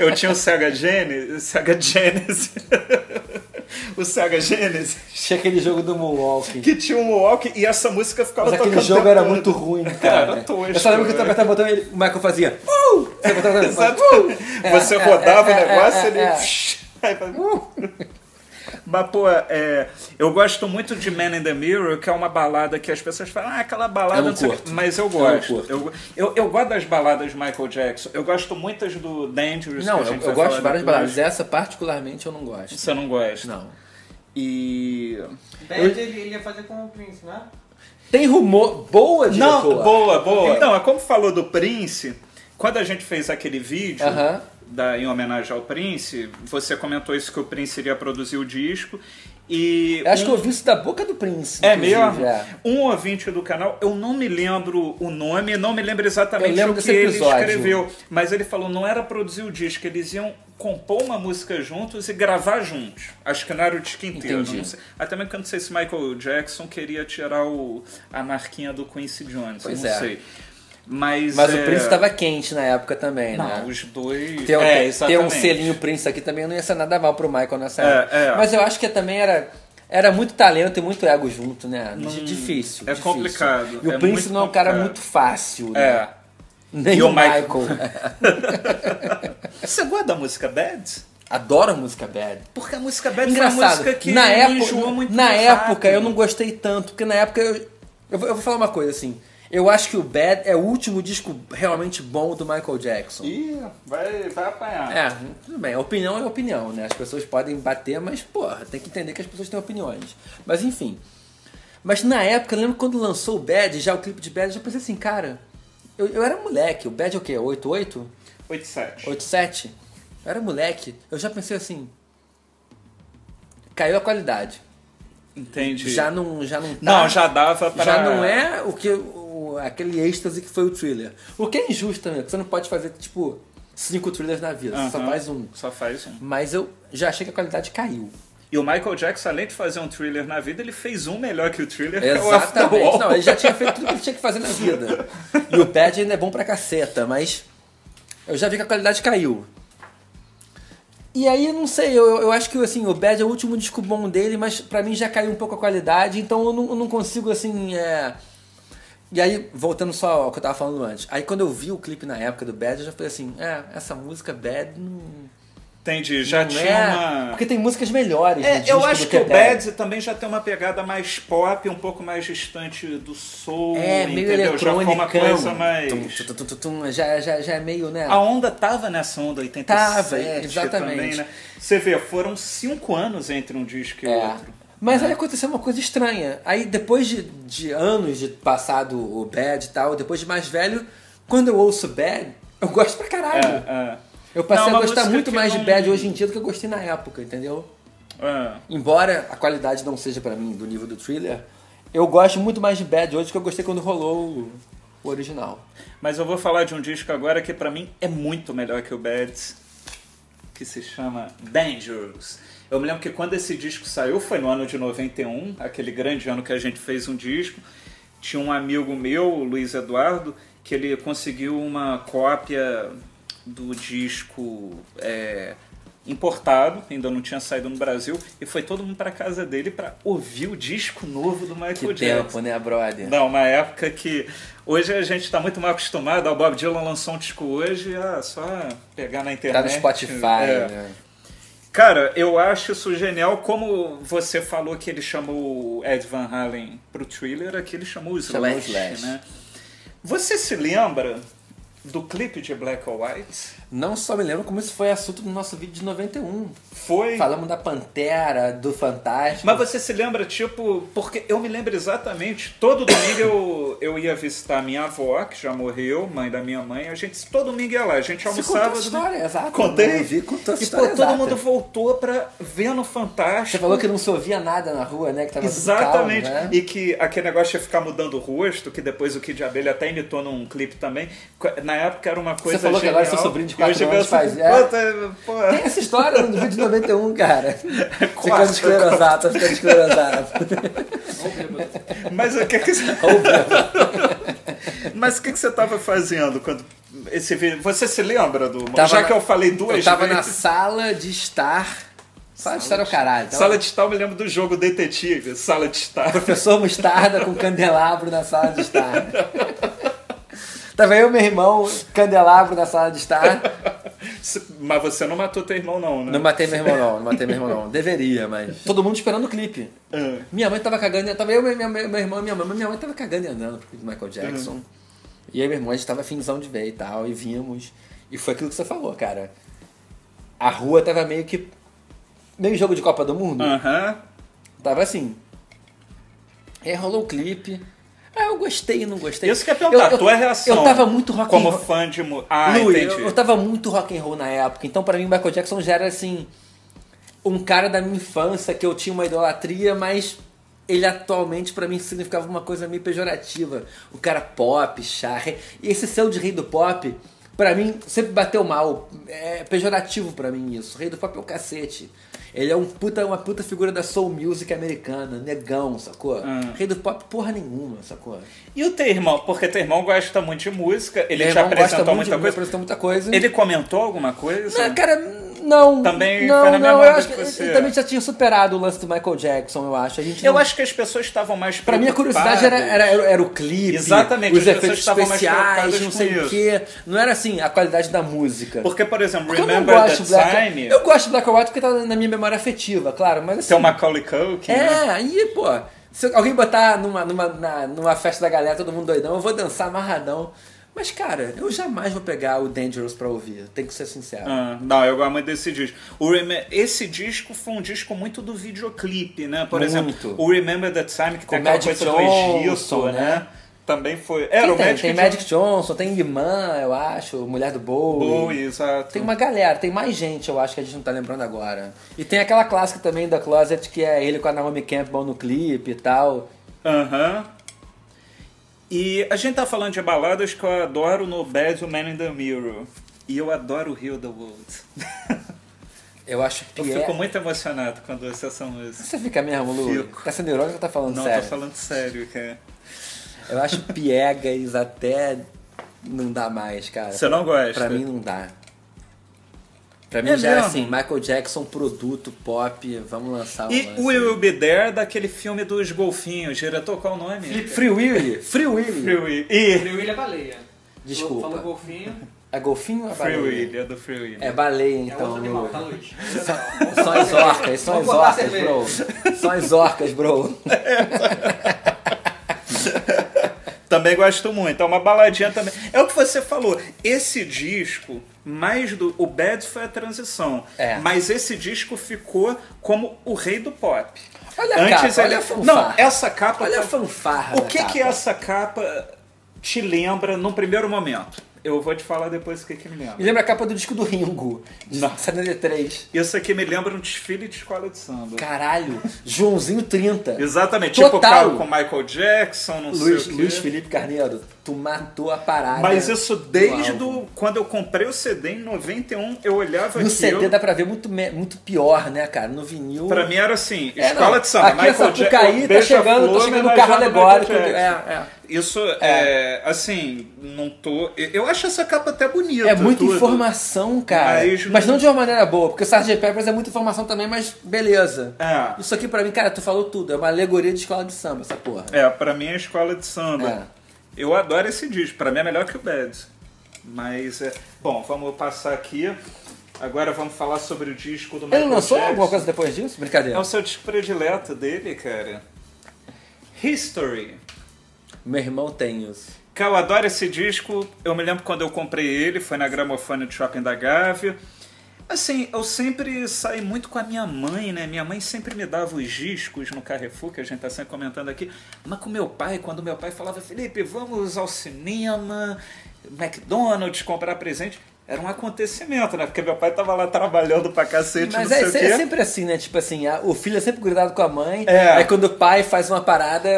S1: Eu tinha o Sega Genesis. Sega Genesis. o Sega Genesis.
S2: Tinha aquele jogo do Moonwalking.
S1: Que tinha um walk e essa música ficava
S2: Mas
S1: tocando.
S2: aquele jogo
S1: tempo
S2: era
S1: todo. <laughs>
S2: muito ruim,
S1: É,
S2: cara.
S1: Era tosco,
S2: eu só lembro que tu
S1: né?
S2: apertava o botão e ele- o Michael fazia. Uh! Você apertava o botão,
S1: Exato.
S2: uh!
S1: Você
S2: É, é,
S1: rodava
S2: é, é,
S1: o negócio e ele.
S2: é, é.
S1: <laughs> Aí faz- Mas, pô, é, eu gosto muito de Man in the Mirror, que é uma balada que as pessoas falam, ah, aquela balada,
S2: Eu não
S1: não sei o quê."
S2: curto.
S1: mas eu
S2: não
S1: gosto.
S2: curto.
S1: Eu, eu, eu gosto das baladas de Michael Jackson. Eu gosto muitas do Dangerous.
S2: Não,
S1: que a
S2: eu,
S1: gente
S2: eu
S1: vai
S2: gosto
S1: falar
S2: de várias
S1: depois.
S2: baladas. Essa particularmente eu não gosto.
S1: Você não gosta.
S2: Não.
S1: E.
S3: Bad ele, ele ia fazer com o Prince, né?
S2: Tem rumor. Boa,
S1: Não,
S2: diretora.
S1: é boa, boa. Então, é como falou do Prince, quando a gente fez aquele vídeo
S2: Aham.
S1: da, em homenagem ao Prince, você comentou isso que o Prince iria produzir o disco. E
S2: Eu acho
S1: um-
S2: que eu ouvi isso da boca do Prince.
S1: É
S2: inclusive,
S1: mesmo?
S2: é.
S1: Um ouvinte do canal, eu não me lembro o nome, não me lembro
S2: Eu
S1: exatamente
S2: lembro
S1: o que
S2: desse
S1: ele
S2: episódio.
S1: escreveu, mas ele falou não era produzir o disco, eles iam compor uma música juntos e gravar juntos. Acho que não era o disco inteiro.
S2: Entendi.
S1: Não sei. Até mesmo que eu não sei se Michael Jackson queria tirar o, a marquinha do Quincy Jones, eu
S2: Pois
S1: não
S2: é.
S1: sei. Mas,
S2: Mas
S1: é,
S2: o Prince tava quente na época também, né?
S1: Não, os dois...
S2: Ter, um-
S1: é,
S2: ter- ter um
S1: exatamente.
S2: selinho Prince aqui também não ia ser nada mal pro Michael nessa
S1: É,
S2: época.
S1: é.
S2: Mas eu acho que também era, era muito talento e muito ego junto, né? Di- difícil.
S1: é
S2: difícil.
S1: complicado,
S2: E o
S1: é
S2: Prince
S1: muito
S2: não é um cara
S1: complicado.
S2: muito fácil, né?
S1: É.
S2: <laughs> Nem
S1: E
S2: o
S1: o Michael.
S2: Michael. <laughs>
S1: <laughs> Você gosta da música Bad?
S2: Adoro a música bad.
S1: É Porque a música Bad foi uma
S2: Engraçado.
S1: música que
S2: na
S1: me
S2: época,
S1: enjoou muito
S2: na
S1: mais
S2: época eu
S1: rápido.
S2: não gostei tanto, porque na época eu, eu, vou, eu vou falar uma coisa assim. Eu acho que o Bad é o último disco realmente bom do Michael Jackson.
S1: Ih, vai, vai apanhar.
S2: É, tudo bem. Opinião é opinião, né? As pessoas podem bater, mas, porra, tem que entender que as pessoas têm opiniões. Mas, enfim. Mas na época, eu lembro quando lançou o Bad, já o clipe de Bad, eu já pensei assim, cara, eu, eu era moleque. O Bad é o quê? 88?
S1: 87.
S2: 87? Eu era moleque. Eu já pensei assim. Caiu a qualidade.
S1: Entendi.
S2: Já não, já não tá.
S1: Não, já dava pra...
S2: Já não é o que o- aquele êxtase que foi o thriller. O que é injusto também, porque você não pode fazer, tipo, cinco thrillers na vida. Você só
S1: Aham.
S2: faz um.
S1: Só faz um.
S2: Mas eu já achei que a qualidade caiu.
S1: E o Michael Jackson, além de fazer um thriller na vida, ele fez um melhor que o thriller, que <laughs> é o
S2: Exatamente.
S1: Afterwall.
S2: Não, ele já tinha feito tudo que ele tinha que fazer na vida. E o Bad ainda é bom pra caceta, mas eu já vi que a qualidade caiu. E aí, eu não sei, eu, eu acho que assim, o Bad é o último disco bom dele, mas pra mim já caiu um pouco a qualidade, então eu não, eu não consigo assim. é, E aí, voltando só ao que eu tava falando antes, aí quando eu vi o clipe na época do Bad, eu já falei assim, é, essa música Bad não.
S1: Entendi, já
S2: não
S1: tinha
S2: é...
S1: uma...
S2: Porque tem músicas melhores. no
S1: É,
S2: disco
S1: eu
S2: do
S1: acho que o
S2: Bad.
S1: Bad também já tem uma pegada mais pop, um pouco mais distante do soul,
S2: É, meio
S1: entendeu? Já foi
S2: eletrônico.
S1: uma coisa mais...
S2: já, já, já é meio, né?
S1: A onda tava nessa onda 87
S2: Tava, é, exatamente.
S1: também, né? Você vê, foram cinco anos entre um disco e
S2: É.
S1: outro.
S2: Mas aí aconteceu uma coisa estranha. Aí depois de, de anos de passado o Bad e tal, depois de mais velho, quando eu ouço Bad, eu gosto pra caralho.
S1: É,
S2: Eu passei
S1: Não, uma
S2: a gostar
S1: música
S2: muito
S1: que
S2: mais de
S1: não-
S2: Bad hoje em dia do que eu gostei na época, entendeu?
S1: é, é.
S2: Embora a qualidade não seja pra mim do nível do thriller, eu gosto muito mais de Bad hoje do que eu gostei quando rolou o, o original.
S1: Mas eu vou falar de um disco agora que pra mim é muito melhor que o Bad, que se chama Dangerous. Eu me lembro que quando esse disco saiu, foi no ano de 91, aquele grande ano que a gente fez um disco. Tinha um amigo meu, o Luiz Eduardo, que ele conseguiu uma cópia do disco é, importado, ainda não tinha saído no Brasil, e foi todo mundo pra casa dele pra ouvir o disco novo do Michael
S2: Que
S1: Jackson.
S2: tempo, né, brother?
S1: Não, uma época que hoje a gente está muito mal acostumado. O Bob Dylan lançou um disco hoje, é só pegar na
S2: Tá
S1: internet.
S2: no Spotify,
S1: É.
S2: né?
S1: Cara, eu acho isso genial. Como você falou que ele chamou o Ed Van Halen pro thriller, aqui ele chamou o
S2: Chamou o
S1: Slash,
S2: Slash.
S1: né? Você se lembra do clipe de Black or White.
S2: Não só me lembro como isso foi assunto do nosso vídeo de 91.
S1: Foi.
S2: Falamos da Pantera, do Fantástico.
S1: Mas você se lembra, tipo, porque eu me lembro exatamente, todo domingo eu, eu ia visitar minha avó, que já morreu, mãe da minha mãe, a gente, todo domingo ia lá, a gente
S2: Você
S1: almoçava.
S2: contou a história, exato. né?
S1: Contei?
S2: Eu vi, contou a
S1: e pô,
S2: história
S1: todo
S2: exata.
S1: mundo voltou pra vendo Fantástico.
S2: Você falou que não se ouvia nada na rua, né? Que tava tudo
S1: Exatamente.
S2: calmo, né?
S1: E que aquele negócio de ficar mudando o rosto, que depois o Kid de Abelha até imitou num clipe também. Na época era uma coisa
S2: falou que agora
S1: genial.
S2: seu sobrinho de
S1: E hoje
S2: quatro anos
S1: meu
S2: faz,
S1: sobrinho-
S2: é.
S1: Puta, pô.
S2: Tem essa história no vídeo de 91,
S1: <laughs>
S2: cara.
S1: É
S2: Ficando
S1: Quase.
S2: esclerosado, ficando esclerosado.
S3: <laughs>
S1: Mas o que que você... Mas o que que você tava fazendo quando esse vídeo... Você se lembra do...
S2: Tava
S1: Já
S2: na-
S1: que eu falei <laughs> duas
S2: Eu tava na
S1: vezes...
S2: sala de estar. Sala de estar é o caralho. Tava-
S1: Sala de estar, eu me lembro do jogo Detetive, Sala de Estar.
S2: Professor Mostarda com candelabro na sala
S1: <laughs>
S2: de estar. Tava eu e meu irmão, candelabro na sala de estar.
S1: Mas você não matou teu irmão não, né?
S2: Não matei meu irmão, não. Não matei meu irmão, não. Deveria, mas. Todo mundo esperando o clipe.
S1: Ah.
S2: Minha mãe tava cagando, e- tava eu, meu, meu, meu irmão e minha mãe, mas minha mãe tava cagando e andando pro
S1: Uhum.
S2: Michael Jackson. E aí, meu irmão, a gente tava finzão de ver e tal, e vimos. E foi aquilo que você falou, cara. A rua tava meio que. meio jogo de Copa do Mundo.
S1: Ah. Aham.
S2: Tava assim. E aí rolou o clipe. Ah, eu gostei, não gostei.
S1: Isso que é perguntar,
S2: Eu- eu-
S1: tua reação.
S2: Eu tava muito rock
S1: Como
S2: and roll.
S1: fã de... mu- Ah,
S2: Lu,
S1: entendi.
S2: eu, eu tava muito rock and roll na época, então pra mim o Michael Jackson já era assim um cara da minha infância que eu tinha uma idolatria, mas ele atualmente pra mim significava uma coisa meio pejorativa. O cara pop, charre. E esse selo de rei do pop, pra mim sempre bateu mal. É pejorativo pra mim isso. Rei do pop é o cacete. Ele é um puta, uma puta figura da soul music americana, negão, sacou?
S1: Ah.
S2: Rei do pop porra nenhuma, sacou?
S1: E o teu irmão? Porque teu irmão gosta muito de música, ele
S2: Meu
S1: te
S2: irmão gosta
S1: apresentou
S2: muito de
S1: muita
S2: mim,
S1: coisa.
S2: apresentou muita coisa.
S1: Ele comentou alguma coisa?
S2: Não, cara, não.
S1: Também
S2: não,
S1: foi na mesma
S2: não, eu
S1: onda
S2: acho
S1: que
S2: que
S1: você.
S2: ele também já tinha superado o lance do Michael Jackson, eu acho. A gente
S1: Eu
S2: não-
S1: acho que as pessoas estavam mais
S2: Pra mim, a curiosidade era, era,
S1: preocupadas.
S2: era- era o clipe,
S1: Exatamente,
S2: os
S1: as pessoas
S2: efeitos
S1: estavam mais
S2: especiais,
S1: preocupadas
S2: não
S1: com
S2: sei
S1: isso.
S2: o quê. Não era assim a qualidade da música.
S1: Porque, por exemplo,
S2: Porque
S1: Remember
S2: eu não gosto
S1: That
S2: de Black
S1: Time,
S2: Eu gosto de Black and White porque tá na minha memória afetiva, claro, mas assim.
S1: tem o Macaulay Culkin, né?
S2: É, aí, pô. Se alguém botar numa, numa, na- numa festa da galera, todo mundo doidão, eu vou dançar amarradão. Mas, cara, eu jamais vou pegar o Dangerous pra ouvir. Tem que ser sincero.
S1: Ah, não, eu gosto muito desse disco. O Reme- Esse disco foi um disco muito do videoclipe, né? Por
S2: Muito.
S1: exemplo, o Remember That Time, que
S2: Com
S1: tem aquela
S2: Magic
S1: coisa do
S2: Johnson,
S1: Egito, né?
S2: né?
S1: Também foi... Era
S2: Quem
S1: o
S2: tem,
S1: Magic
S2: tem Magic Johnson, tem Imã, eu acho, Mulher do Bowie.
S1: Bowie, exato.
S2: Tem uma galera, tem mais gente, eu acho, que a gente não tá lembrando agora. E tem aquela clássica também da Closet, que é ele com a Naomi Campbell no clipe e tal.
S1: Aham. E a gente tá falando de baladas que eu adoro no Bad o Man in the Mirror. E eu adoro Heal the World. <laughs>
S2: Eu acho que
S1: Eu
S2: é...
S1: fico muito emocionado quando ouço essa música.
S2: Você fica mesmo, Lu?
S1: Fico.
S2: Tá sendo irônico ou tá falando
S1: Não,
S2: sério?
S1: tô falando sério, é. cara.
S2: Eu acho piegas até não dá mais, cara.
S1: Você não gosta?
S2: Pra mim não dá. Pra mim
S1: É
S2: já era
S1: mesmo?
S2: assim, Michael Jackson, produto, pop, vamos lançar um
S1: E
S2: lance.
S1: o Will Be There daquele filme dos golfinhos, diretor, qual o nome?
S2: Free Willy? Free Willy.
S1: Free Willy. Ih,
S3: Free Willy é baleia.
S2: Desculpa.
S3: Falou golfinho.
S2: É golfinho ou é
S1: Free
S2: baleia?
S1: Willy, é do Free Willy.
S2: É baleia,
S3: É outro
S2: então.
S3: animal,
S2: Lu.
S3: tá, Luiz?
S2: <laughs> Só as orcas, só
S3: Vamos
S2: as
S3: botar
S2: orcas,
S3: cerveja.
S2: bro. Só as orcas, bro.
S1: Também gosto muito. É uma baladinha também. É o que você falou. Esse disco, mais do. O Bad foi a transição.
S2: É.
S1: Mas esse disco ficou como o rei do pop.
S2: Olha a capa, olha a fanfarra.
S1: Não, essa capa. tá-
S2: Olha a fanfarra
S1: O
S2: da
S1: que,
S2: capa.
S1: que essa capa te lembra num primeiro momento? Eu vou te falar depois o que, que me
S2: Me
S1: lembra.
S2: lembra a capa do disco do Ringo, de
S1: Não.
S2: 73.
S1: Isso aqui me lembra um desfile de escola de samba.
S2: Caralho, Joãozinho 30.
S1: Exatamente. Tipo o
S2: Total.
S1: carro com Michael Jackson, não
S2: Luiz,
S1: sei o quê.
S2: Luiz Felipe Carneiro, tu matou a parada.
S1: Mas isso
S2: do
S1: desde
S2: álbum.
S1: do, quando eu comprei o CD em 91, eu olhava
S2: No
S1: aquilo.
S2: CD dá pra ver muito, me- muito pior, né, cara? No vinil.
S1: Pra mim era assim,
S2: É,
S1: escola
S2: não,
S1: de samba,
S2: Aqui essa
S1: Michael
S2: Sapucaí
S1: Jackson,
S2: tá chegando, tá chegando um carro alegórico. É, é.
S1: Isso é. assim, não tô. Eu acho essa capa até bonita.
S2: É muita
S1: tudo.
S2: informação, cara.
S1: Mas
S2: Mas,
S1: não-
S2: não de uma maneira boa, porque o Sgt. Peppers é muita informação também, mas beleza.
S1: É.
S2: Isso aqui pra mim, cara, tu falou tudo. É uma alegoria de escola de samba, essa porra.
S1: É, pra mim é escola de samba.
S2: É.
S1: Eu adoro esse disco, pra mim é melhor que o Bad. Mas é. Bom, vamos passar aqui. Agora vamos falar sobre o disco do Michael
S2: Ele lançou
S1: Jackson.
S2: alguma coisa depois disso?
S1: É
S2: Brincadeira.
S1: o seu disco predileto dele, cara. History.
S2: Meu irmão tem isso.
S1: Cara, eu adoro esse disco. Eu me lembro quando eu comprei ele, foi na gramofone do Shopping da Gávea. Assim, eu sempre saí muito com a minha mãe, né? Minha mãe sempre me dava os discos no Carrefour, que a gente tá sempre comentando aqui. Mas com meu pai, quando meu pai falava, Felipe, vamos ao cinema, McDonald's, comprar presente. Era um acontecimento, né? Porque meu pai tava lá trabalhando pra cacete,
S2: Mas
S1: não
S2: é,
S1: sei o quê.
S2: é sempre assim, né? Tipo assim, a- o filho é sempre grudado com a mãe.
S1: É.
S2: Aí quando o pai faz uma parada,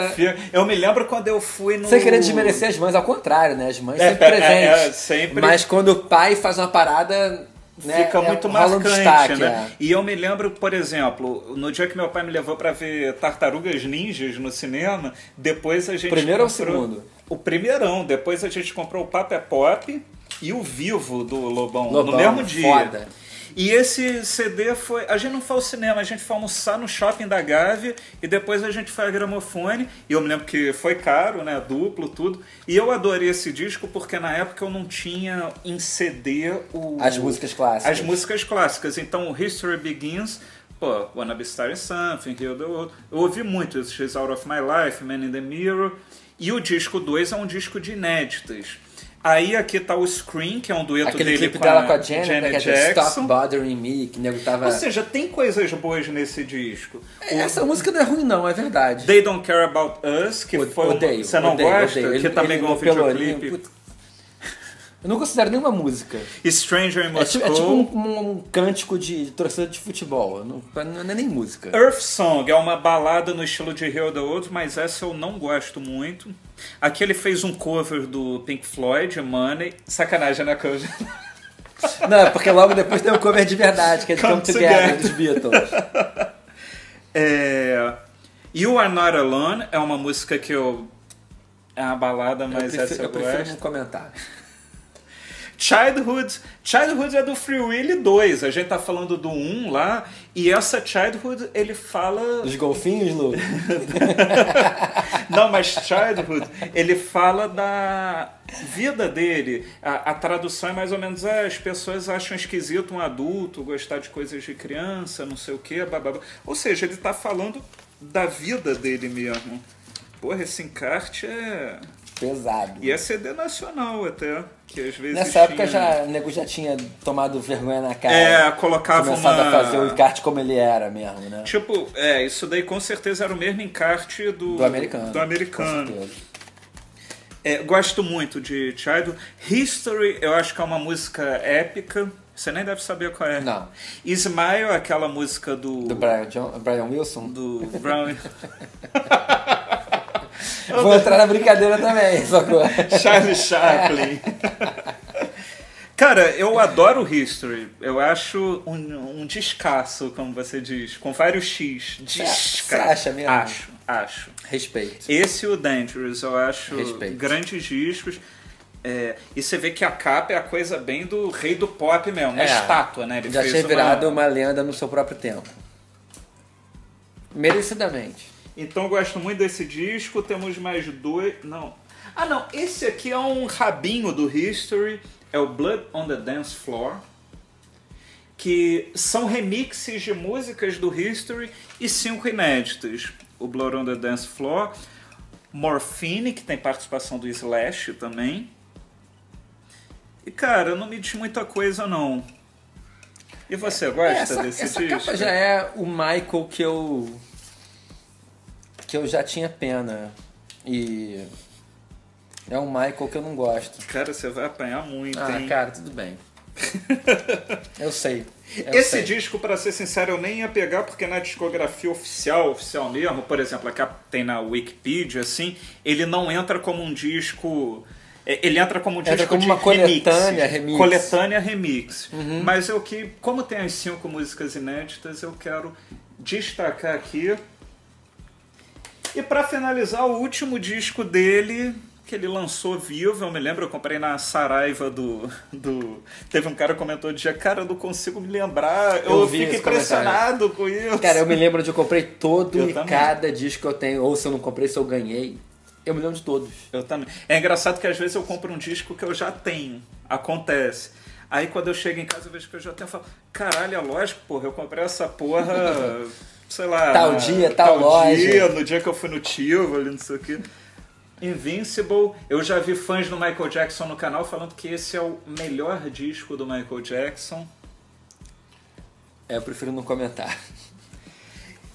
S1: Eu me lembro quando eu fui no...
S2: sem querer desmerecer as mães, ao contrário, né? As mães
S1: É,
S2: sempre
S1: é,
S2: presentes.
S1: é, sempre.
S2: Mas quando o pai faz uma parada, né?
S1: Fica
S2: é-
S1: muito
S2: rola um
S1: marcante,
S2: destaque,
S1: né?
S2: é.
S1: E eu me lembro, por exemplo, no dia que meu pai me levou pra ver Tartarugas Ninjas no cinema, depois a gente
S2: Primeiro ou
S1: comprou-
S2: segundo?
S1: O primeirão, depois a gente comprou o Papa é Pop e o Vivo do Lobão, no
S2: Lobão,
S1: mesmo dia.
S2: foda.
S1: E esse CD foi. A gente não foi ao cinema, a gente foi almoçar no shopping da Gávea e depois a gente foi à gramofone. E eu me lembro que foi caro, né? Duplo, tudo. E eu adorei esse disco porque na época eu não tinha em CD o.
S2: As músicas clássicas.
S1: As músicas clássicas. Então o History Begins. Pô, Wanna Be Star in Something, Heal the World. Eu ouvi muito isso, She's Out of My Life, Man in the Mirror. E o disco 2 é um disco de inéditas. Aí aqui tá o Scream, que é um dueto
S2: Aquele
S1: dele
S2: clipe
S1: com
S2: dela
S1: a
S2: com a Janet, né?
S1: Janet
S2: Que é aquele Stop
S1: Jackson.
S2: Bothering Me, que o nego tava.
S1: Ou seja, tem coisas boas nesse disco. O
S2: Essa música não é ruim, não, é verdade.
S1: They Don't Care About Us, que
S2: Ode-
S1: foi uma-
S2: odeio,
S1: Você não
S2: odeio,
S1: gosta?
S2: odeio.
S1: Que
S2: Ele-
S1: também
S2: ele
S1: ganhou um
S2: no pelourinho,
S1: videoclipe.
S2: puta. Eu não considero nenhuma música.
S1: Stranger in
S2: É
S1: Moscow.
S2: tipo, é tipo um, um cântico de torcida de futebol. Eu Não, não é nem música. <laughs>
S1: Earth Song é uma balada no estilo de Heal the World, mas essa eu não gosto muito. Aqui ele fez um cover do Pink Floyd, Money. Sacanagem, né, cover?
S2: Não, é porque logo depois tem o cover de verdade, que é de
S1: Come
S2: Come, Together,
S1: Together.
S2: dos Beatles.
S1: É... You Are Not Alone é uma música que eu... É uma balada, mas
S2: eu prefiro,
S1: essa é eu,
S2: eu prefiro
S1: gosto.
S2: não comentar.
S1: Childhood. Childhood é do Free Willy 2. A gente tá falando do 1 lá. E essa Childhood, ele fala.
S2: Dos golfinhos,
S1: <laughs>
S2: Lu?
S1: Não, mas Childhood, ele fala da vida dele. A, a tradução é mais ou menos: ah, as pessoas acham esquisito um adulto gostar de coisas de criança, não sei o quê, bababá. Ou seja, ele tá falando da vida dele mesmo. Porra, esse encarte é.
S2: Pesado.
S1: E é CD nacional até. Que às vezes.
S2: Nessa
S1: tinha-
S2: época já, o nego já tinha tomado vergonha na cara.
S1: né? É, colocava
S2: Começado
S1: uma...
S2: a fazer o encarte como ele era mesmo, né?
S1: Tipo, é, isso daí com certeza era o mesmo encarte do,
S2: Do americano.
S1: do americano.
S2: Com certeza.
S1: É, gosto muito de Child. History, eu acho que é uma música épica. Você nem deve saber qual é.
S2: Não.
S1: Smile, é aquela música do.
S2: Do Brian, John- Brian Wilson.
S1: do Brown. <laughs>
S2: Vou entrar na brincadeira também, <laughs> só que...
S1: Charlie
S2: <laughs>
S1: Chaplin. Cara, eu adoro History. Eu acho um, um descasso, como você diz. Com vários X. Descasso.
S2: Você acha mesmo?
S1: Acho, acho.
S2: Respeito.
S1: Esse e o Dangerous, eu acho
S2: Respeito.
S1: grandes discos. É, e você vê que a capa é a coisa bem do rei do pop mesmo, uma
S2: É,
S1: estátua, né? Ele
S2: Já
S1: fez
S2: tinha
S1: uma-
S2: virado uma... lenda no seu próprio tempo. Merecidamente.
S1: Então eu gosto muito desse disco. Temos mais dois. Não. Ah, não. Esse aqui é um rabinho do History. É o Blood on the Dance Floor. Que são remixes de músicas do History e cinco inéditas. O Blood on the Dance Floor. Morphine, que tem participação do Slash também. E cara, não me diz muita coisa não. E você né? gosta
S2: É, essa
S1: desse
S2: essa
S1: disco?
S2: capa já é o Michael que eu. que eu já tinha pena. E. É um Michael que eu não gosto.
S1: Cara, você vai apanhar muito,
S2: Ah,
S1: hein?
S2: cara,
S1: <laughs>
S2: tudo bem. eu sei. eu
S1: Esse
S2: sei.
S1: disco, pra ser sincero, eu nem ia pegar, porque na discografia oficial, oficial mesmo, por exemplo, a que tem na Wikipedia, assim, ele não entra como um disco. é, Ele entra como um
S2: Entra
S1: disco
S2: como
S1: de
S2: uma coletânea,
S1: remixes.
S2: remix. Uhum.
S1: Coletânea remix. Mas eu que, como tem as cinco músicas inéditas, eu quero destacar aqui. E pra finalizar, o último disco dele, que ele lançou vivo, eu me lembro, eu comprei na Saraiva do. do... Teve um cara que comentou dia, cara, eu não consigo me lembrar. Eu,
S2: Eu vi
S1: fico
S2: esse comentário.
S1: impressionado com isso.
S2: Cara, eu me lembro de eu comprei todo
S1: Eu
S2: e
S1: também.
S2: cada disco que eu tenho. Ou se eu não comprei, se eu ganhei. Eu me lembro de todos.
S1: Eu também. É engraçado que às vezes eu compro um disco que eu já tenho. Acontece. Aí quando eu chego em casa, eu vejo que eu já tenho eu falo, caralho, é lógico, porra, eu comprei essa
S2: <laughs>
S1: porra, sei lá.
S2: Tal
S1: na-
S2: dia, tal
S1: dia,
S2: loja."
S1: no dia que eu fui no tio, ali, não sei o quê. Invincible. Eu já vi fãs do Michael Jackson no canal falando que esse é o melhor disco do Michael Jackson.
S2: É, eu prefiro não comentar.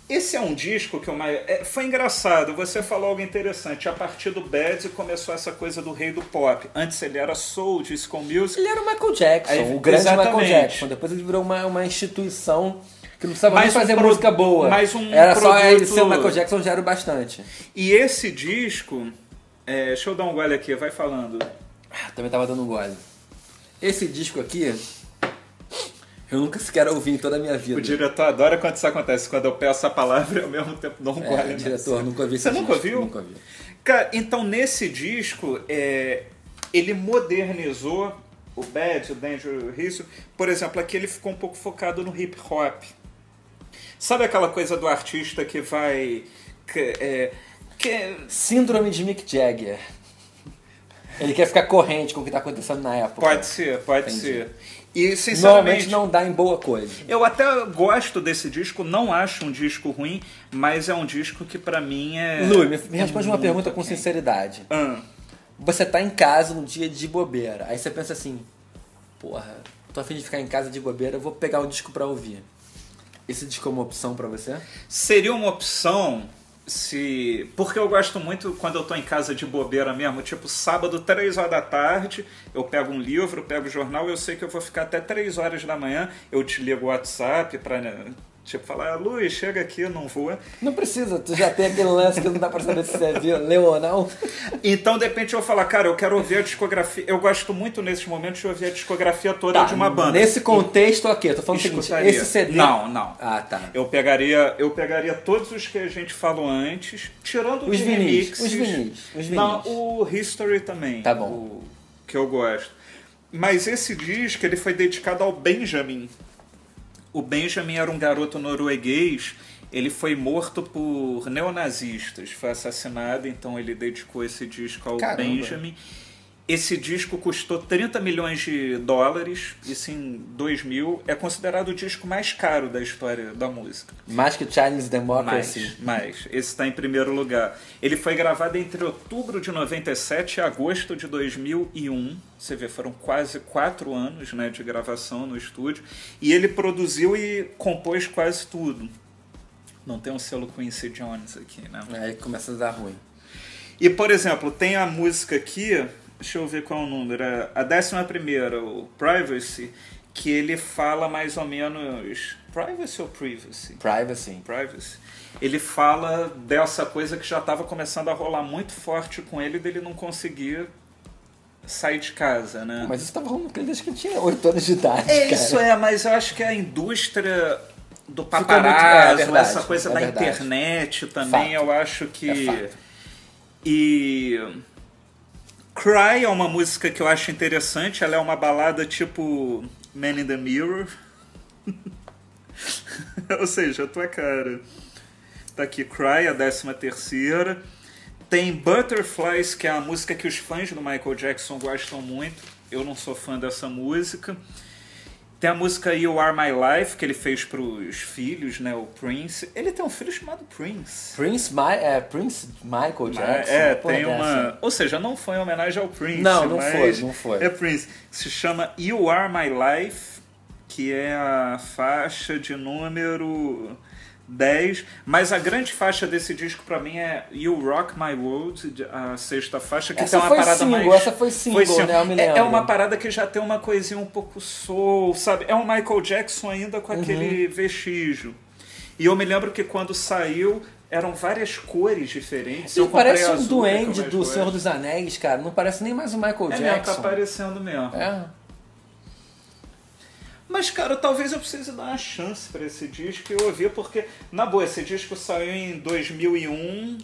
S1: Esse é um disco que o Michael. é, Foi engraçado, você falou algo interessante. A partir do Bad começou essa coisa do rei do pop. Antes ele era soul, disco music.
S2: Ele era o Michael Jackson,
S1: Aí,
S2: o grande Michael
S1: exatamente.
S2: Jackson. Depois ele virou uma, uma instituição que não precisava
S1: Mais
S2: nem
S1: um
S2: fazer
S1: pro-
S2: música boa.
S1: mais um
S2: Era só ele
S1: produto-
S2: ser o Michael Jackson já era o bastante.
S1: E esse disco. é, deixa eu dar um gole aqui, vai falando.
S2: Ah, Também tava dando um gole. Esse disco aqui, eu nunca sequer ouvi em toda a minha vida.
S1: O diretor adora quando isso acontece, quando eu peço a palavra <laughs> e ao mesmo tempo dou um
S2: É,
S1: gole. nessa.
S2: diretor, nunca vi esse
S1: Você
S2: disco,
S1: nunca ouviu?
S2: Nunca vi.
S1: Cara, então nesse disco, é, ele modernizou o Bad, o Danger History. Por exemplo, aqui ele ficou um pouco focado no hip hop. Sabe aquela coisa do artista que vai. que- é, que-
S2: Síndrome de Mick Jagger. Ele quer ficar corrente com o que tá acontecendo na época.
S1: pode ser, pode
S2: Entendi.
S1: ser. E
S2: Normalmente
S1: sinceramente.
S2: não dá em boa coisa.
S1: Eu até gosto desse disco, não acho um disco ruim, mas é um disco que pra mim é.
S2: Lu, me, me responde uma
S1: muito
S2: pergunta com
S1: ok.
S2: sinceridade.
S1: Ah.
S2: Você tá em casa num dia de bobeira. Aí você pensa assim, porra, tô afim de ficar em casa de bobeira, eu vou pegar um disco pra ouvir. Esse disco é uma opção pra você?
S1: Seria uma opção se. Porque eu gosto muito quando eu tô em casa de bobeira mesmo, tipo sábado, 3 horas da tarde, eu pego um livro, pego o jornal, eu sei que eu vou ficar até 3 horas da manhã, eu te ligo o WhatsApp pra. né, Tipo, falar, "Ah, Luiz, chega aqui, não voa.
S2: Não precisa, tu já tem aquele lance que não dá pra saber se você viu, leu ou não.
S1: Então, de repente, eu falo, cara, eu quero ouvir a discografia. Eu gosto muito nesses momentos de ouvir a discografia toda Tá, de uma banda.
S2: Tá, Nesse contexto, ok, eu tô falando o seguinte,
S1: Escutaria.
S2: esse CD...
S1: Não, não.
S2: Ah, tá.
S1: Eu pegaria, eu pegaria todos os que a gente falou antes, tirando
S2: Os
S1: de
S2: vinis,
S1: remixes.
S2: os vinis, os vinis.
S1: Não, o History também.
S2: Tá bom.
S1: o que eu gosto. Mas esse disco ele foi dedicado ao Benjamin. O Benjamin era um garoto norueguês. Ele foi morto por neonazistas, foi assassinado, então ele dedicou esse disco ao
S2: Caramba.
S1: Benjamin. Esse disco custou 30 milhões de dólares, isso em 2000. É considerado o disco mais caro da história da música.
S2: Mais que Chinese Democracy.
S1: Mais, mais. Esse está em primeiro lugar. Ele foi gravado entre outubro de 97 e agosto de 2001. Você vê, foram quase quatro anos né, de gravação no estúdio. E ele produziu e compôs quase tudo. Não tem um selo Quincy Jones aqui, né?
S2: Aí começa a dar ruim.
S1: E, por exemplo, tem a música aqui, deixa eu ver qual é o número, é a décima primeira, o Privacy, que ele fala mais ou menos... Privacy ou Privacy?
S2: Privacy.
S1: Privacy, ele fala dessa coisa que já estava começando a rolar muito forte com ele, dele não conseguir sair de casa, né?
S2: Mas isso tava rolando com ele desde que ele tinha 8 anos de idade,
S1: é,
S2: cara.
S1: isso é, mas eu acho que a indústria do
S2: muito-
S1: paparazzo,
S2: é verdade,
S1: essa coisa
S2: é
S1: da
S2: verdade.
S1: internet também,
S2: Fato.
S1: eu acho que...
S2: É fato.
S1: e... Cry é uma música que eu acho interessante, ela é uma balada tipo Man in the Mirror. <laughs> Ou seja, a tua cara. Tá aqui Cry, a décima terceira. Tem Butterflies, que é a música que os fãs do Michael Jackson gostam muito. Eu não sou fã dessa música. Tem a música You Are My Life, que ele fez pros filhos, né? O Prince. Ele tem um filho chamado Prince.
S2: Prince, Ma é, Prince Michael Jackson.
S1: é,
S2: porra
S1: tem
S2: dessa.
S1: uma. Ou seja, não foi em homenagem ao Prince.
S2: Não, não foi,
S1: mas
S2: não foi.
S1: É Prince. Se chama You Are My Life, que é a faixa de número 10. Mas a grande faixa desse disco pra mim é You Rock My World, de- a sexta faixa, que
S2: Essa
S1: tem uma
S2: foi
S1: parada
S2: single,
S1: mais.
S2: essa foi single, né? Eu me
S1: é, é
S2: lembro.
S1: uma parada que já tem uma coisinha um pouco soul, sabe? É um Michael Jackson ainda
S2: Uhum.
S1: com aquele vestígio. E eu me lembro que quando saiu. Eram várias cores diferentes. Eu
S2: Ele
S1: comprei
S2: parece um
S1: azul, que é o
S2: duende
S1: mais
S2: do
S1: gosto.
S2: Senhor dos Anéis, cara. Não parece nem mais o Michael
S1: É mesmo, tá
S2: Jackson.
S1: aparecendo mesmo.
S2: É.
S1: Mas, cara, talvez eu precise dar uma chance pra esse disco e ouvir, porque, na boa, esse disco saiu em 2001.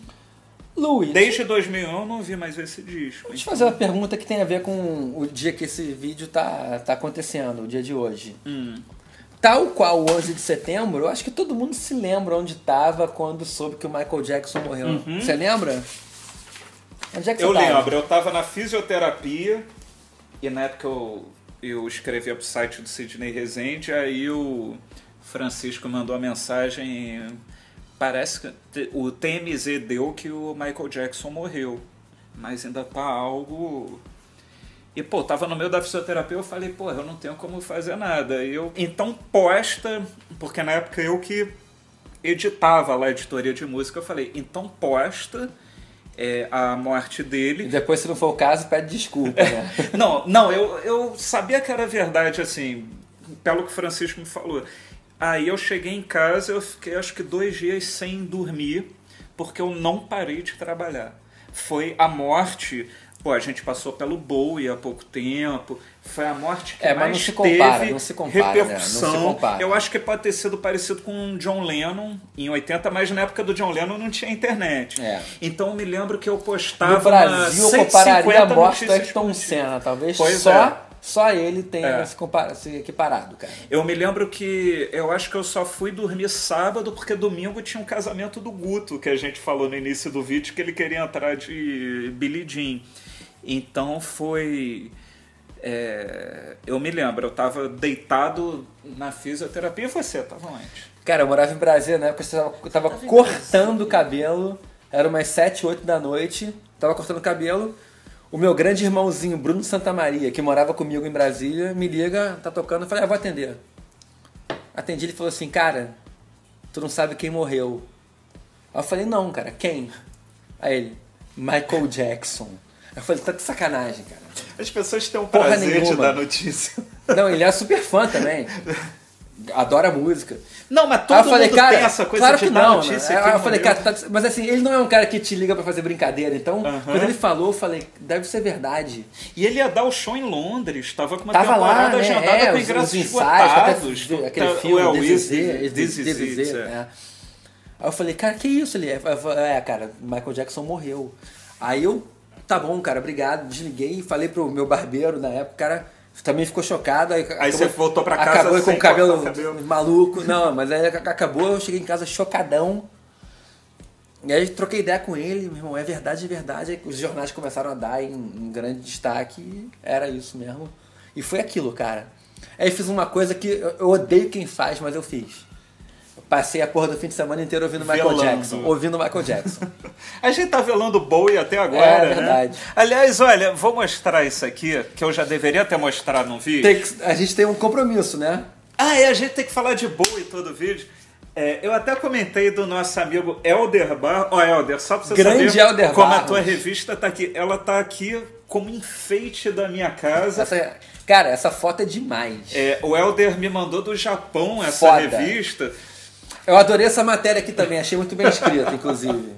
S2: Luiz,
S1: Desde 2001 eu não vi mais esse disco.
S2: deixa eu fazer uma pergunta que tem a ver com o dia que esse vídeo tá, tá acontecendo, o dia de hoje.
S1: Hum.
S2: Tal qual o 11 de setembro, eu acho que todo mundo se lembra onde tava quando soube que o Michael Jackson morreu. Você lembra? Onde é que
S1: Uhum. Eu
S2: você tava?
S1: lembro, eu tava na fisioterapia e na época eu, eu escrevia pro site do Sidney Rezende, aí o Francisco mandou a mensagem. Parece que te- o TMZ deu que o Michael Jackson morreu. Mas ainda tá algo. E, pô, tava no meio da fisioterapia, eu falei, pô, eu não tenho como fazer nada. E eu, então, posta, porque na época eu que editava lá a editoria de música, eu falei, então posta é, a morte
S2: E
S1: dele.
S2: depois, se não for o caso, pede
S1: <laughs>
S2: desculpa, né?
S1: Não, não, eu, eu sabia que era verdade, assim, pelo que o Francisco me falou. Aí eu cheguei em casa, eu fiquei acho que dois dias sem dormir, porque eu não parei de trabalhar. Foi a morte. Pô, a gente passou pelo Bowie há pouco tempo. Foi a morte que
S2: É, mas
S1: mais
S2: não se compara,
S1: teve
S2: não se compara, né? Não se
S1: repercussão.
S2: compara.
S1: Eu acho que pode ter sido parecido com o John Lennon em 80, mas na época do John Lennon não tinha internet.
S2: É.
S1: Então eu me lembro que eu postava
S2: No Brasil, eu
S1: 150
S2: compararia a morte
S1: notícias
S2: do Ayrton
S1: por dia.
S2: Senna, talvez
S1: Pois
S2: só,
S1: é.
S2: só ele tenha
S1: É.
S2: se, compara- se equiparado, cara.
S1: Eu me lembro que eu acho que eu só fui dormir sábado porque domingo tinha um casamento do Guto, que a gente falou no início do vídeo que ele queria entrar de Billy Jean. Então foi. é, eu me lembro, eu tava deitado na fisioterapia e você tava onde?
S2: Cara, eu morava em Brasília, na época eu tava, eu tava
S3: Tava em
S2: cortando o cabelo, era umas 7, 8 da noite, tava cortando o cabelo. O meu grande irmãozinho, Bruno Santamaria, que morava comigo em Brasília, me liga, tá tocando, eu falei, ah, vou atender. Atendi, ele falou assim, cara, tu não sabe quem morreu. Aí eu falei, não, cara, quem? Aí ele, Michael Jackson. Aí eu falei, tá de sacanagem, cara.
S1: As pessoas têm um
S2: Porra
S1: prazer de
S2: nenhuma.
S1: dar notícia.
S2: Não, ele é super fã também. Adora música.
S1: Não, mas
S2: Aí
S1: todo
S2: Ah, eu falei,
S1: mundo
S2: cara,
S1: tem essa coisa
S2: claro
S1: de
S2: que
S1: dar
S2: não,
S1: notícia.
S2: né? Aí
S1: quem
S2: eu falei,
S1: morreu.
S2: cara, tá de- mas assim, ele não é um cara que te liga pra fazer brincadeira, então
S1: Aham.
S2: quando ele falou, eu falei, deve ser verdade.
S1: E ele ia dar o show em Londres, tava com uma
S2: Tava lá,
S1: temporada
S2: né?
S1: agendada
S2: É,
S1: com
S2: os-
S1: ingressos
S2: os ensaios,
S1: esgotados.
S2: até aquele
S1: Tá-
S2: filme,
S1: well,
S2: This Is
S1: Is
S2: It,
S1: It, This Is It, é.
S2: é. Aí eu falei, cara, que isso? Ele, eu falei, é, cara, Michael Jackson morreu. Aí eu, tá bom, cara, obrigado, desliguei e falei pro meu barbeiro na época, o cara também ficou chocado. Aí, acabou-
S1: você voltou pra casa
S2: Acabou com
S1: sem
S2: o cabelo,
S1: cortar o cabelo.
S2: maluco. Não, mas aí ac- acabou, eu cheguei em casa chocadão. E aí troquei ideia com ele, meu irmão, é verdade, é verdade. Aí os jornais começaram a dar em, em grande destaque e era isso mesmo. E foi aquilo, cara. Aí fiz uma coisa que eu, eu odeio quem faz, mas eu fiz. Eu Passei a porra do fim de semana inteiro ouvindo Michael
S1: Velando.
S2: Jackson. Ouvindo Michael Jackson.
S1: A gente tá velando o Bowie até agora,
S2: É,
S1: né?
S2: verdade.
S1: Aliás, olha, vou mostrar isso aqui, que eu já deveria ter mostrado no vídeo.
S2: Tem que- a gente tem um compromisso, né?
S1: Ah, é, a gente tem que falar de Bowie todo vídeo. É, eu até comentei do nosso amigo Elder Bar. Ó, Elder, só pra você
S2: Grande
S1: saber
S2: Elder
S1: como a
S2: Barros.
S1: tua revista tá aqui. Ela tá aqui como enfeite da minha casa.
S2: Essa- cara, essa foto é demais.
S1: É, o Elder me mandou do Japão essa
S2: Foda.
S1: revista.
S2: Eu adorei essa matéria aqui também, achei muito bem escrita, inclusive.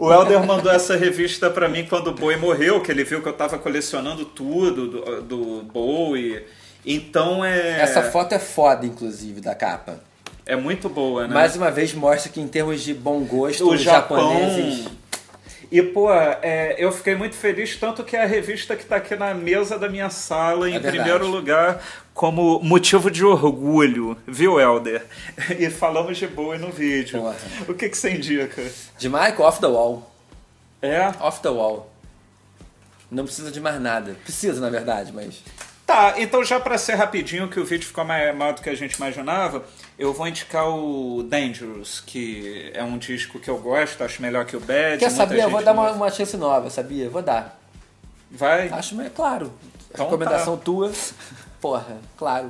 S1: O Helder mandou essa revista pra mim quando o Bowie morreu, que ele viu que eu tava colecionando tudo do, do Bowie. Então <laughs> é.
S2: Essa foto é foda, inclusive, da capa.
S1: É muito boa, né?
S2: Mais uma vez mostra que em termos de bom gosto,
S1: o
S2: os
S1: Japão.
S2: japoneses...
S1: E, pô, é, eu fiquei muito feliz, tanto que a revista que tá aqui na mesa da minha sala, em
S2: É verdade.
S1: primeiro lugar, como motivo de orgulho, viu, Helder? <laughs> E falamos de Bowie no vídeo.
S2: Porra.
S1: O que, que você indica?
S2: De Michael, off the wall.
S1: É?
S2: Off the wall. Não precisa de mais nada. Precisa, na verdade, mas...
S1: Tá, então já pra ser rapidinho, que o vídeo ficou mais maior do que a gente imaginava, eu vou indicar o Dangerous, que é um disco que eu gosto, acho melhor que o Bad.
S2: Quer
S1: muita
S2: saber? Eu
S1: gente
S2: vou dar uma,
S1: não-
S2: uma chance nova, sabia? Vou dar.
S1: Vai.
S2: Acho, mas claro. tá.
S1: Então
S2: Recomendação tua. Porra, claro.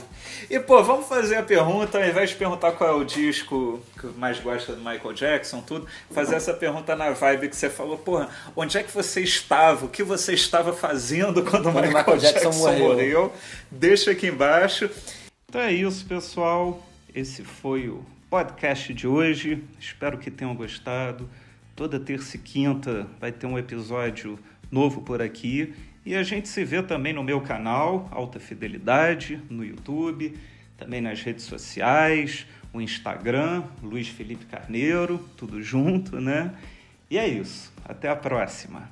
S1: E pô, vamos fazer a pergunta, ao invés de perguntar qual é o disco que mais gosta do Michael Jackson, tudo, fazer essa pergunta na vibe que você falou, porra, onde é que você estava? O que você estava fazendo quando o Michael,
S2: Michael
S1: Jackson,
S2: Jackson
S1: morreu?
S2: morreu?
S1: Deixa aqui embaixo. Então é isso, pessoal. Esse foi o podcast de hoje. Espero que tenham gostado. Toda terça e quinta vai ter um episódio novo por aqui. E a gente se vê também no meu canal, Alta Fidelidade, no YouTube, também nas redes sociais, o Instagram, Luiz Felipe Carneiro, tudo junto, né? E é isso. Até a próxima.